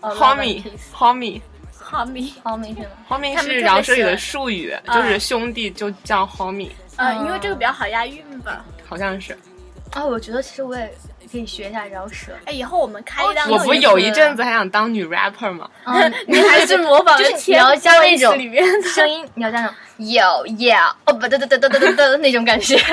[SPEAKER 5] 哦 Love and Peace
[SPEAKER 4] ，Homie，Homie，Homie
[SPEAKER 2] 哈密，
[SPEAKER 5] homie 是吗？
[SPEAKER 2] 他们特
[SPEAKER 4] 是
[SPEAKER 2] 别
[SPEAKER 4] 饶舌里的
[SPEAKER 2] 喜
[SPEAKER 4] 术语，就是兄弟就叫 Homie，
[SPEAKER 2] 呃，
[SPEAKER 5] 嗯
[SPEAKER 2] 因为这个比较好押韵吧。
[SPEAKER 4] 好像是。
[SPEAKER 5] 啊，我觉得其实我也可以学一下饶舌。
[SPEAKER 2] 哎，以后我们开一档，
[SPEAKER 4] 我不有一阵
[SPEAKER 2] 子，
[SPEAKER 4] 子还想当女 rapper 嘛，
[SPEAKER 5] [laughs] 嗯，
[SPEAKER 2] 你还是模仿
[SPEAKER 5] 就是你
[SPEAKER 2] 天
[SPEAKER 5] 要加那种
[SPEAKER 2] 里面的
[SPEAKER 5] 声音你要加那 [laughs] 种 yo yeah 哦不对对对对对对对那种感觉。 [laughs]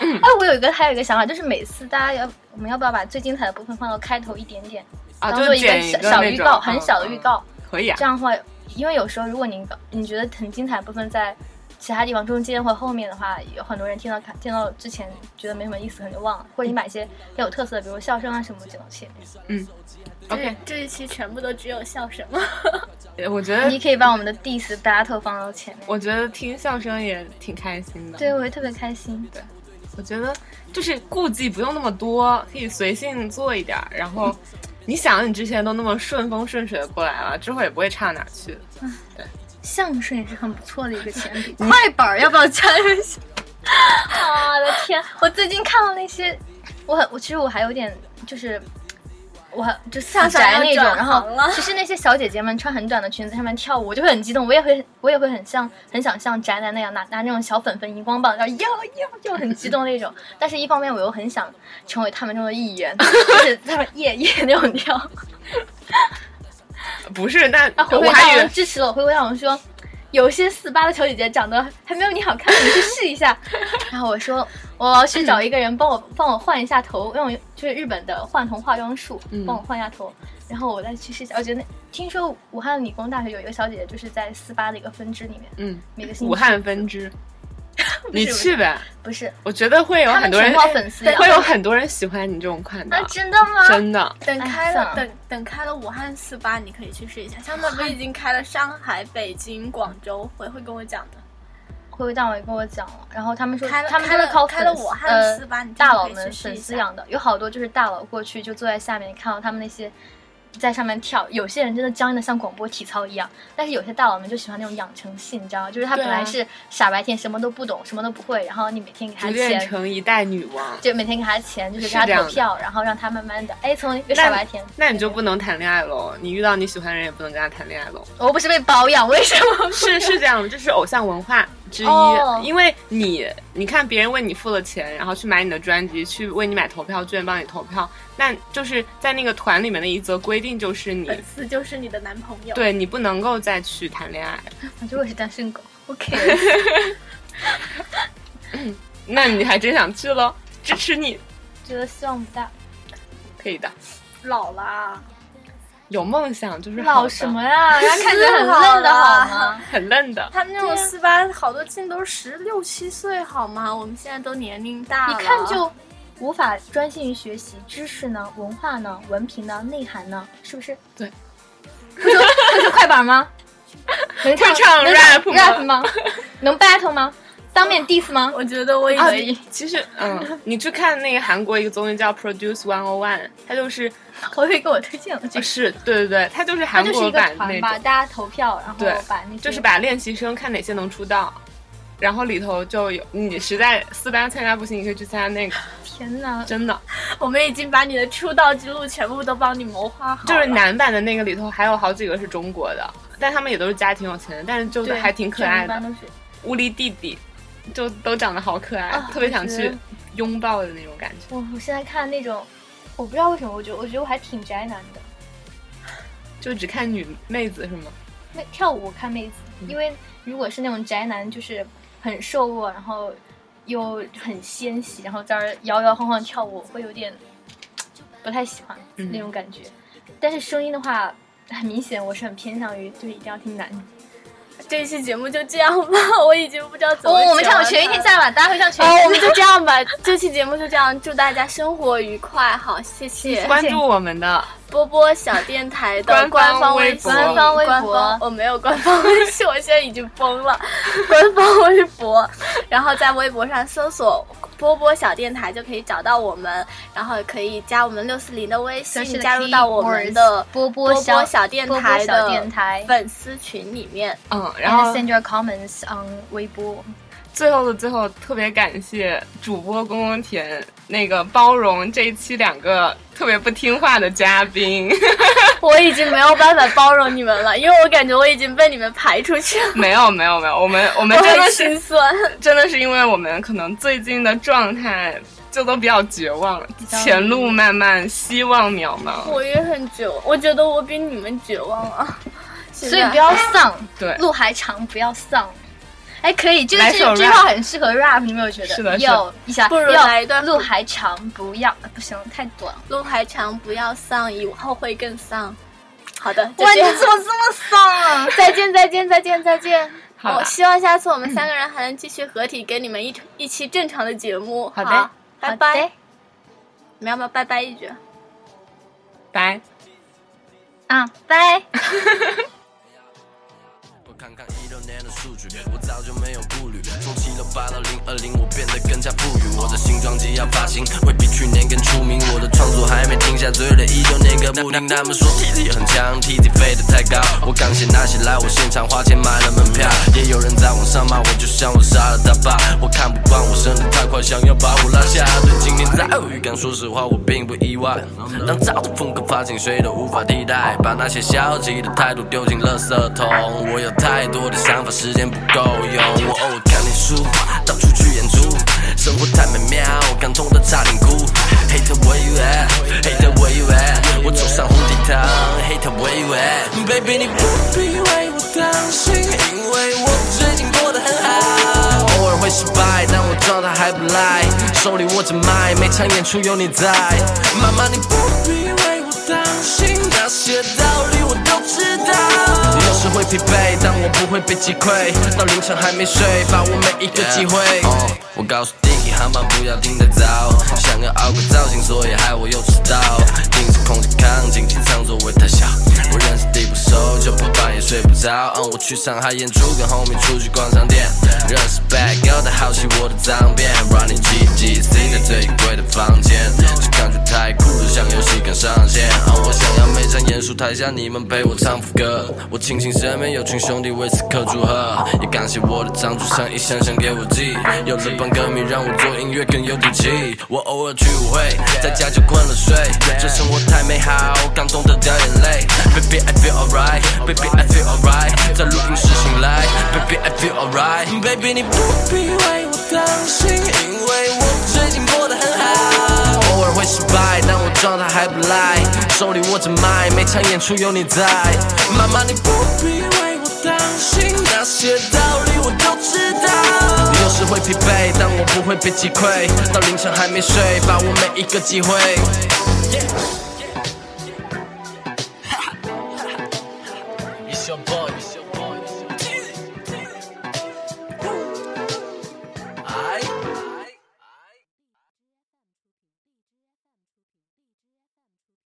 [SPEAKER 5] 哎，我有一个还有一个想法，就是每次大家要我们要不要把最精彩的部分放到开头一点点，
[SPEAKER 4] 啊，
[SPEAKER 5] 当
[SPEAKER 4] 就
[SPEAKER 5] 做
[SPEAKER 4] 是
[SPEAKER 5] 一个
[SPEAKER 4] 剪
[SPEAKER 5] 小
[SPEAKER 4] 个
[SPEAKER 5] 小
[SPEAKER 4] 那
[SPEAKER 5] 预
[SPEAKER 4] 种
[SPEAKER 5] 告，
[SPEAKER 4] 嗯
[SPEAKER 5] 很小的
[SPEAKER 4] 嗯
[SPEAKER 5] 预告。
[SPEAKER 4] 可以啊
[SPEAKER 5] 这，样的话，因为有时候如果你你觉得很精彩的部分在其他地方中间或后面的话，有很多人听到看听到之前觉得没什么意思，可能就忘了，或者你把一些比较有特色的，比如笑声啊什么这种切掉。
[SPEAKER 4] OK
[SPEAKER 2] [laughs] 这一期全部都只有笑声吗？
[SPEAKER 4] 呃我觉得
[SPEAKER 5] 你可以把我们的 diss battle 放到前面。
[SPEAKER 4] 我觉得听笑声也挺开心的。
[SPEAKER 5] 对，我会特别开心。
[SPEAKER 4] 我觉得就是顾忌不用那么多，可以随性做一点儿。然后你想，你之前都那么顺风顺水的过来了，之后也不会差哪儿去。
[SPEAKER 5] 相声也是很不错的一个前提， [laughs] 快板儿要不要加入一下？啊，我的
[SPEAKER 2] [laughs]
[SPEAKER 5] 天！我最近看到那些，我很，我其实我还有点就是。我很就死
[SPEAKER 2] 想
[SPEAKER 5] 宅
[SPEAKER 2] 要
[SPEAKER 5] 那种，
[SPEAKER 2] 转
[SPEAKER 5] 然后
[SPEAKER 2] 行了
[SPEAKER 5] 其实那些小姐姐们穿很短的裙子，她们跳舞，我就会很激动，我也会我也会很像很想像宅男那样拿拿那种小粉粉荧光棒，然后哟哟哟很激动那种。但是一方面我又很想成为他们中的一员， [laughs] 就是他们夜夜那种跳。
[SPEAKER 4] 不是，那
[SPEAKER 5] 啊，回
[SPEAKER 4] 我
[SPEAKER 5] 回
[SPEAKER 4] 还
[SPEAKER 5] 大
[SPEAKER 4] 以为
[SPEAKER 5] 王支持了我，回回大王说，有些四八的小姐姐长得还没有你好看，你去试一下。然后我说，我要去找一个人帮我帮我换一下头，用就是日本的换头化妆术
[SPEAKER 4] 嗯，
[SPEAKER 5] 帮我换一下头，然后我再去试一下。我觉得那听说武汉理工大学有一个小姐姐就是在四八的一个分支里面，
[SPEAKER 4] 嗯，
[SPEAKER 5] 每个星期
[SPEAKER 4] 武汉分支，你去呗。
[SPEAKER 5] [laughs] 不是
[SPEAKER 4] 我觉得会有
[SPEAKER 5] 他
[SPEAKER 4] 很
[SPEAKER 5] 们
[SPEAKER 4] 多
[SPEAKER 5] 全
[SPEAKER 4] 人
[SPEAKER 5] 靠粉丝呀
[SPEAKER 4] 会有很多人喜欢你这种款的
[SPEAKER 5] 啊，，真的吗？
[SPEAKER 4] 真
[SPEAKER 5] [laughs]
[SPEAKER 4] 的。
[SPEAKER 2] 等开了，
[SPEAKER 5] 哎算了
[SPEAKER 2] 等等开了武汉四八，你可以去试一下。现在不是已经开了上海、北京、广州，我也会跟我讲的。
[SPEAKER 5] 回回大王也跟我讲了，然后他们说
[SPEAKER 2] 开了
[SPEAKER 5] 他们
[SPEAKER 2] 开
[SPEAKER 5] 都
[SPEAKER 2] 了
[SPEAKER 5] 是靠
[SPEAKER 2] 开了
[SPEAKER 5] 粉丝
[SPEAKER 2] 武汉
[SPEAKER 5] 呃
[SPEAKER 2] 四八你真的
[SPEAKER 5] 大
[SPEAKER 2] 可以去
[SPEAKER 5] 佬们
[SPEAKER 2] 试
[SPEAKER 5] 粉
[SPEAKER 2] 一
[SPEAKER 5] 丝
[SPEAKER 2] 下
[SPEAKER 5] 养的，有好多就是大佬过去就坐在下面看到他们那些在上面跳，有些人真的僵硬的像广播体操一样，但是有些大佬们就喜欢那种养成系，你知道吗？就是他
[SPEAKER 4] 对
[SPEAKER 5] 本
[SPEAKER 4] 啊
[SPEAKER 5] 来是傻白甜，什么都不懂，什么都不会，然后你每天给他
[SPEAKER 4] 逐渐
[SPEAKER 5] 钱。
[SPEAKER 4] 成一代女王，
[SPEAKER 5] 就每天给他钱，就是给
[SPEAKER 4] 是
[SPEAKER 5] 他
[SPEAKER 4] 这样
[SPEAKER 5] 投
[SPEAKER 4] 的
[SPEAKER 5] 票，然后让他慢慢的，哎，从一个傻白甜，
[SPEAKER 4] 那你就不能谈恋爱喽。你遇到你喜欢的人也不能跟他谈恋爱喽。
[SPEAKER 5] 我不是被包养，为什么？ [laughs]
[SPEAKER 4] 是是这样的，这是偶像文化之一。
[SPEAKER 5] 哦
[SPEAKER 4] 因为你，你看别人为你付了钱，然后去买你的专辑，去为你买投票券，帮你投票，那就是在那个团里面的一则规定，就是你
[SPEAKER 2] 粉丝就是你的男朋友。，
[SPEAKER 4] 对你不能够再去谈恋爱。
[SPEAKER 5] 我觉得我是单身狗。OK， [laughs]
[SPEAKER 4] 那你还真想去
[SPEAKER 5] [laughs]
[SPEAKER 4] 喽？支持你，
[SPEAKER 5] 觉得希望不大。
[SPEAKER 4] 可以的。
[SPEAKER 2] 老了啊，
[SPEAKER 4] 有梦想就是好的
[SPEAKER 5] 老什么呀？人家看起来很
[SPEAKER 2] 是好
[SPEAKER 5] 嫩的 [laughs]
[SPEAKER 4] [laughs]
[SPEAKER 5] 好
[SPEAKER 2] 了
[SPEAKER 5] 吗？
[SPEAKER 4] 很嫩的。
[SPEAKER 2] 他们那种四八好多进都是十六七岁，好吗？我们现在都年龄大
[SPEAKER 5] 一
[SPEAKER 2] 了，
[SPEAKER 5] 看就无法专心于学习，知识呢、文化呢、文凭呢、内涵呢，是不是？
[SPEAKER 4] 对。
[SPEAKER 5] 会说会说快板
[SPEAKER 4] [laughs]
[SPEAKER 5] 吗？能唱
[SPEAKER 4] 会唱
[SPEAKER 5] 能
[SPEAKER 4] rap 吗哦
[SPEAKER 5] rap 吗？能 battle 吗？当面 diss 吗？
[SPEAKER 2] 我觉得我
[SPEAKER 5] 啊
[SPEAKER 2] 可以。
[SPEAKER 4] 其实，嗯，你去看那个韩国一个综艺叫《Produce One O One》，它就是，
[SPEAKER 5] 侯宇给我推荐了这
[SPEAKER 4] 就
[SPEAKER 5] 个，
[SPEAKER 4] 是对对对，它就是
[SPEAKER 5] 它
[SPEAKER 4] 韩
[SPEAKER 5] 就是
[SPEAKER 4] 国
[SPEAKER 5] 一个
[SPEAKER 4] 版
[SPEAKER 5] 团
[SPEAKER 4] 那
[SPEAKER 5] 吧，
[SPEAKER 4] 种。
[SPEAKER 5] 大家投票，然后
[SPEAKER 4] 对
[SPEAKER 5] 把那些
[SPEAKER 4] 就是把练习生看哪些能出道，然后里头就有你实在四班参加不行，你可以去参加那个，
[SPEAKER 5] 天哪，
[SPEAKER 4] 真的
[SPEAKER 2] 我们已经把你的出道之路全部都帮你谋划好了，
[SPEAKER 4] 就是男版的那个里头还有好几个是中国的，但他们也都是家庭有钱人，但是就是
[SPEAKER 5] 对
[SPEAKER 4] 还挺可爱
[SPEAKER 5] 就一般
[SPEAKER 4] 的，
[SPEAKER 5] 都是
[SPEAKER 4] 乌力弟弟就都长得好可爱，
[SPEAKER 5] 啊
[SPEAKER 4] 特别想
[SPEAKER 5] 我觉
[SPEAKER 4] 去
[SPEAKER 5] 得
[SPEAKER 4] 拥抱的那种感觉，
[SPEAKER 5] 我我现在看那种，我不知道为什么，我觉得我觉得我还挺宅男的。
[SPEAKER 4] 就只看女妹子是吗？
[SPEAKER 5] 那
[SPEAKER 2] 嗯
[SPEAKER 5] 跳舞我看妹子，因为如果是那种宅男，就是很瘦弱，然后又很纤细，然后在那儿摇摇晃晃跳舞，会有点不太喜欢
[SPEAKER 4] 嗯
[SPEAKER 5] 那种感觉。但是声音的话，很明显我是很偏向于就是一定要听男的。
[SPEAKER 2] 这期节目就这样吧， [laughs] 我已经不知道怎么
[SPEAKER 5] 我
[SPEAKER 2] 讲了。
[SPEAKER 5] 哦我们唱全运天下吧，大家会唱全运
[SPEAKER 2] 哦，我们
[SPEAKER 5] 天
[SPEAKER 2] 就这样吧， [laughs] 这期节目就这样，祝大家生活愉快，好，谢谢
[SPEAKER 5] 嗯
[SPEAKER 4] 关注我们的，
[SPEAKER 2] 波波小电台的官
[SPEAKER 4] 官
[SPEAKER 2] 方
[SPEAKER 4] 方
[SPEAKER 2] 微
[SPEAKER 4] 微
[SPEAKER 2] 信
[SPEAKER 4] 博
[SPEAKER 5] 官方微博
[SPEAKER 2] 官方哦我没有官方微信，
[SPEAKER 5] [laughs]
[SPEAKER 2] 我现在已经崩了，官方微博，然后在微博上搜索波波小电台就可以找到我们，然后也可以加我们六四零的微
[SPEAKER 5] 下。
[SPEAKER 2] 信，加入到我们的
[SPEAKER 5] 波
[SPEAKER 2] 波
[SPEAKER 5] 波
[SPEAKER 2] 波
[SPEAKER 5] 小
[SPEAKER 2] 小电
[SPEAKER 5] 波
[SPEAKER 2] 台
[SPEAKER 5] 波小
[SPEAKER 2] 的
[SPEAKER 5] 电台
[SPEAKER 2] 粉丝群里面。
[SPEAKER 4] 嗯，然后
[SPEAKER 5] ，and send your comments on 微博。
[SPEAKER 4] 最后的最后，特别感谢主播公公田那个包容这一期两个特别不听话的嘉宾，
[SPEAKER 2] 我已经没有办法包容你们了，因为我感觉我已经被你们排出去了，
[SPEAKER 4] 没有没有没有，我们 [laughs] 我
[SPEAKER 2] 我
[SPEAKER 4] 们真的
[SPEAKER 2] 很
[SPEAKER 4] 是
[SPEAKER 2] 心酸。
[SPEAKER 4] 真的是因为我们可能最近的状态就都比较绝望，
[SPEAKER 5] 较
[SPEAKER 4] 前路漫漫，希望渺茫。
[SPEAKER 2] 我也很绝望，我觉得我比你们绝望啊。所
[SPEAKER 5] 所以不要丧，
[SPEAKER 4] 对
[SPEAKER 5] 路还长，不要丧。哎，可以，这个
[SPEAKER 4] 来
[SPEAKER 5] 这
[SPEAKER 4] 首
[SPEAKER 5] 这句
[SPEAKER 4] rap
[SPEAKER 5] 话很适合 rap，你有没有觉得？
[SPEAKER 4] 是的是的
[SPEAKER 5] 要一下，
[SPEAKER 2] 不如
[SPEAKER 5] 要
[SPEAKER 2] 来一段
[SPEAKER 5] 路还长，不要呃不行，太短了。
[SPEAKER 2] 路还长，不要丧，以后会更丧。好的，就
[SPEAKER 5] 哇，
[SPEAKER 2] 这
[SPEAKER 5] 你
[SPEAKER 2] 样
[SPEAKER 5] 怎么这么丧啊？
[SPEAKER 2] [laughs] 再见，再见，再见，再见。
[SPEAKER 4] 好
[SPEAKER 2] 我
[SPEAKER 4] 了，
[SPEAKER 2] 希望下次我们三个人还能继续合体，给你们一一期正常的节目。
[SPEAKER 4] 好的
[SPEAKER 2] 拜
[SPEAKER 5] 好
[SPEAKER 2] 拜
[SPEAKER 5] 的。
[SPEAKER 2] 你们要不要拜拜一句？
[SPEAKER 4] 拜。
[SPEAKER 5] 嗯，拜。
[SPEAKER 6] 我看看一六年的数据，我早就没有顾虑。从七六八到零二零，我变得更加富裕。我的新专辑要发行，会比去年更出名。我的创作还没停下，嘴里依旧念个不停。他们说 T T 很强，T T 飞得太高。我感谢那些来我现场花钱买了门票，也有人在网上骂我，就像我杀了他爸。我看不惯我升得太快，想要把我拉下。对今年遭遇感，说实话我并不意外。当造的风格发行，谁都无法替代。把那些消极的态度丢进垃圾桶。我有太多的想法，时间不够用。我偶尔看点书，到处去演出，生活太美妙，感动的差点哭。Hate where you at，Hate where you at，我走上红地毯，Hate where you at，Baby 你不必为我担心，因为我最近过得很好。偶尔会失败，但我状态还不赖，手里握着麦，每场演出有你在。妈妈你不必为我担心，那些道理我都知道。有时会疲惫，但我不会被击溃，到凌晨还没睡，把握每一个机会。我告诉第一航班不要订太早，想要熬个造型，所以害我又迟到。定时空气抗紧，经常座位太小，我认识地不熟，就怕半夜睡不着。嗯，我去上海演出，跟 homie 出去逛商店，认识 bad girl，她好奇我的脏辫，running G G C 在最贵的房间，这感觉太酷了，像游戏刚上线。嗯，我想要每场演出台下你们陪我唱副歌，我庆幸身边有群兄弟为此刻祝贺，也感谢我的长主上一箱箱给我寄，有了帮歌迷让我做音乐更有底气。我偶尔聚会，在家就困了睡，这生活太美好，感动得掉眼泪。Baby I feel alright，Baby I feel alright，在录音室醒来，Baby I feel alright，Baby Mm, 你不必为我担心，因为我最近过得很好。偶尔会失败，但我状态还不赖，手里握着麦，每场演出有你在。妈妈你不必为我担心，那些道理我都知道。有时会疲惫，但我不会被击溃，到凌晨还没睡，把握每一个机会。Yeah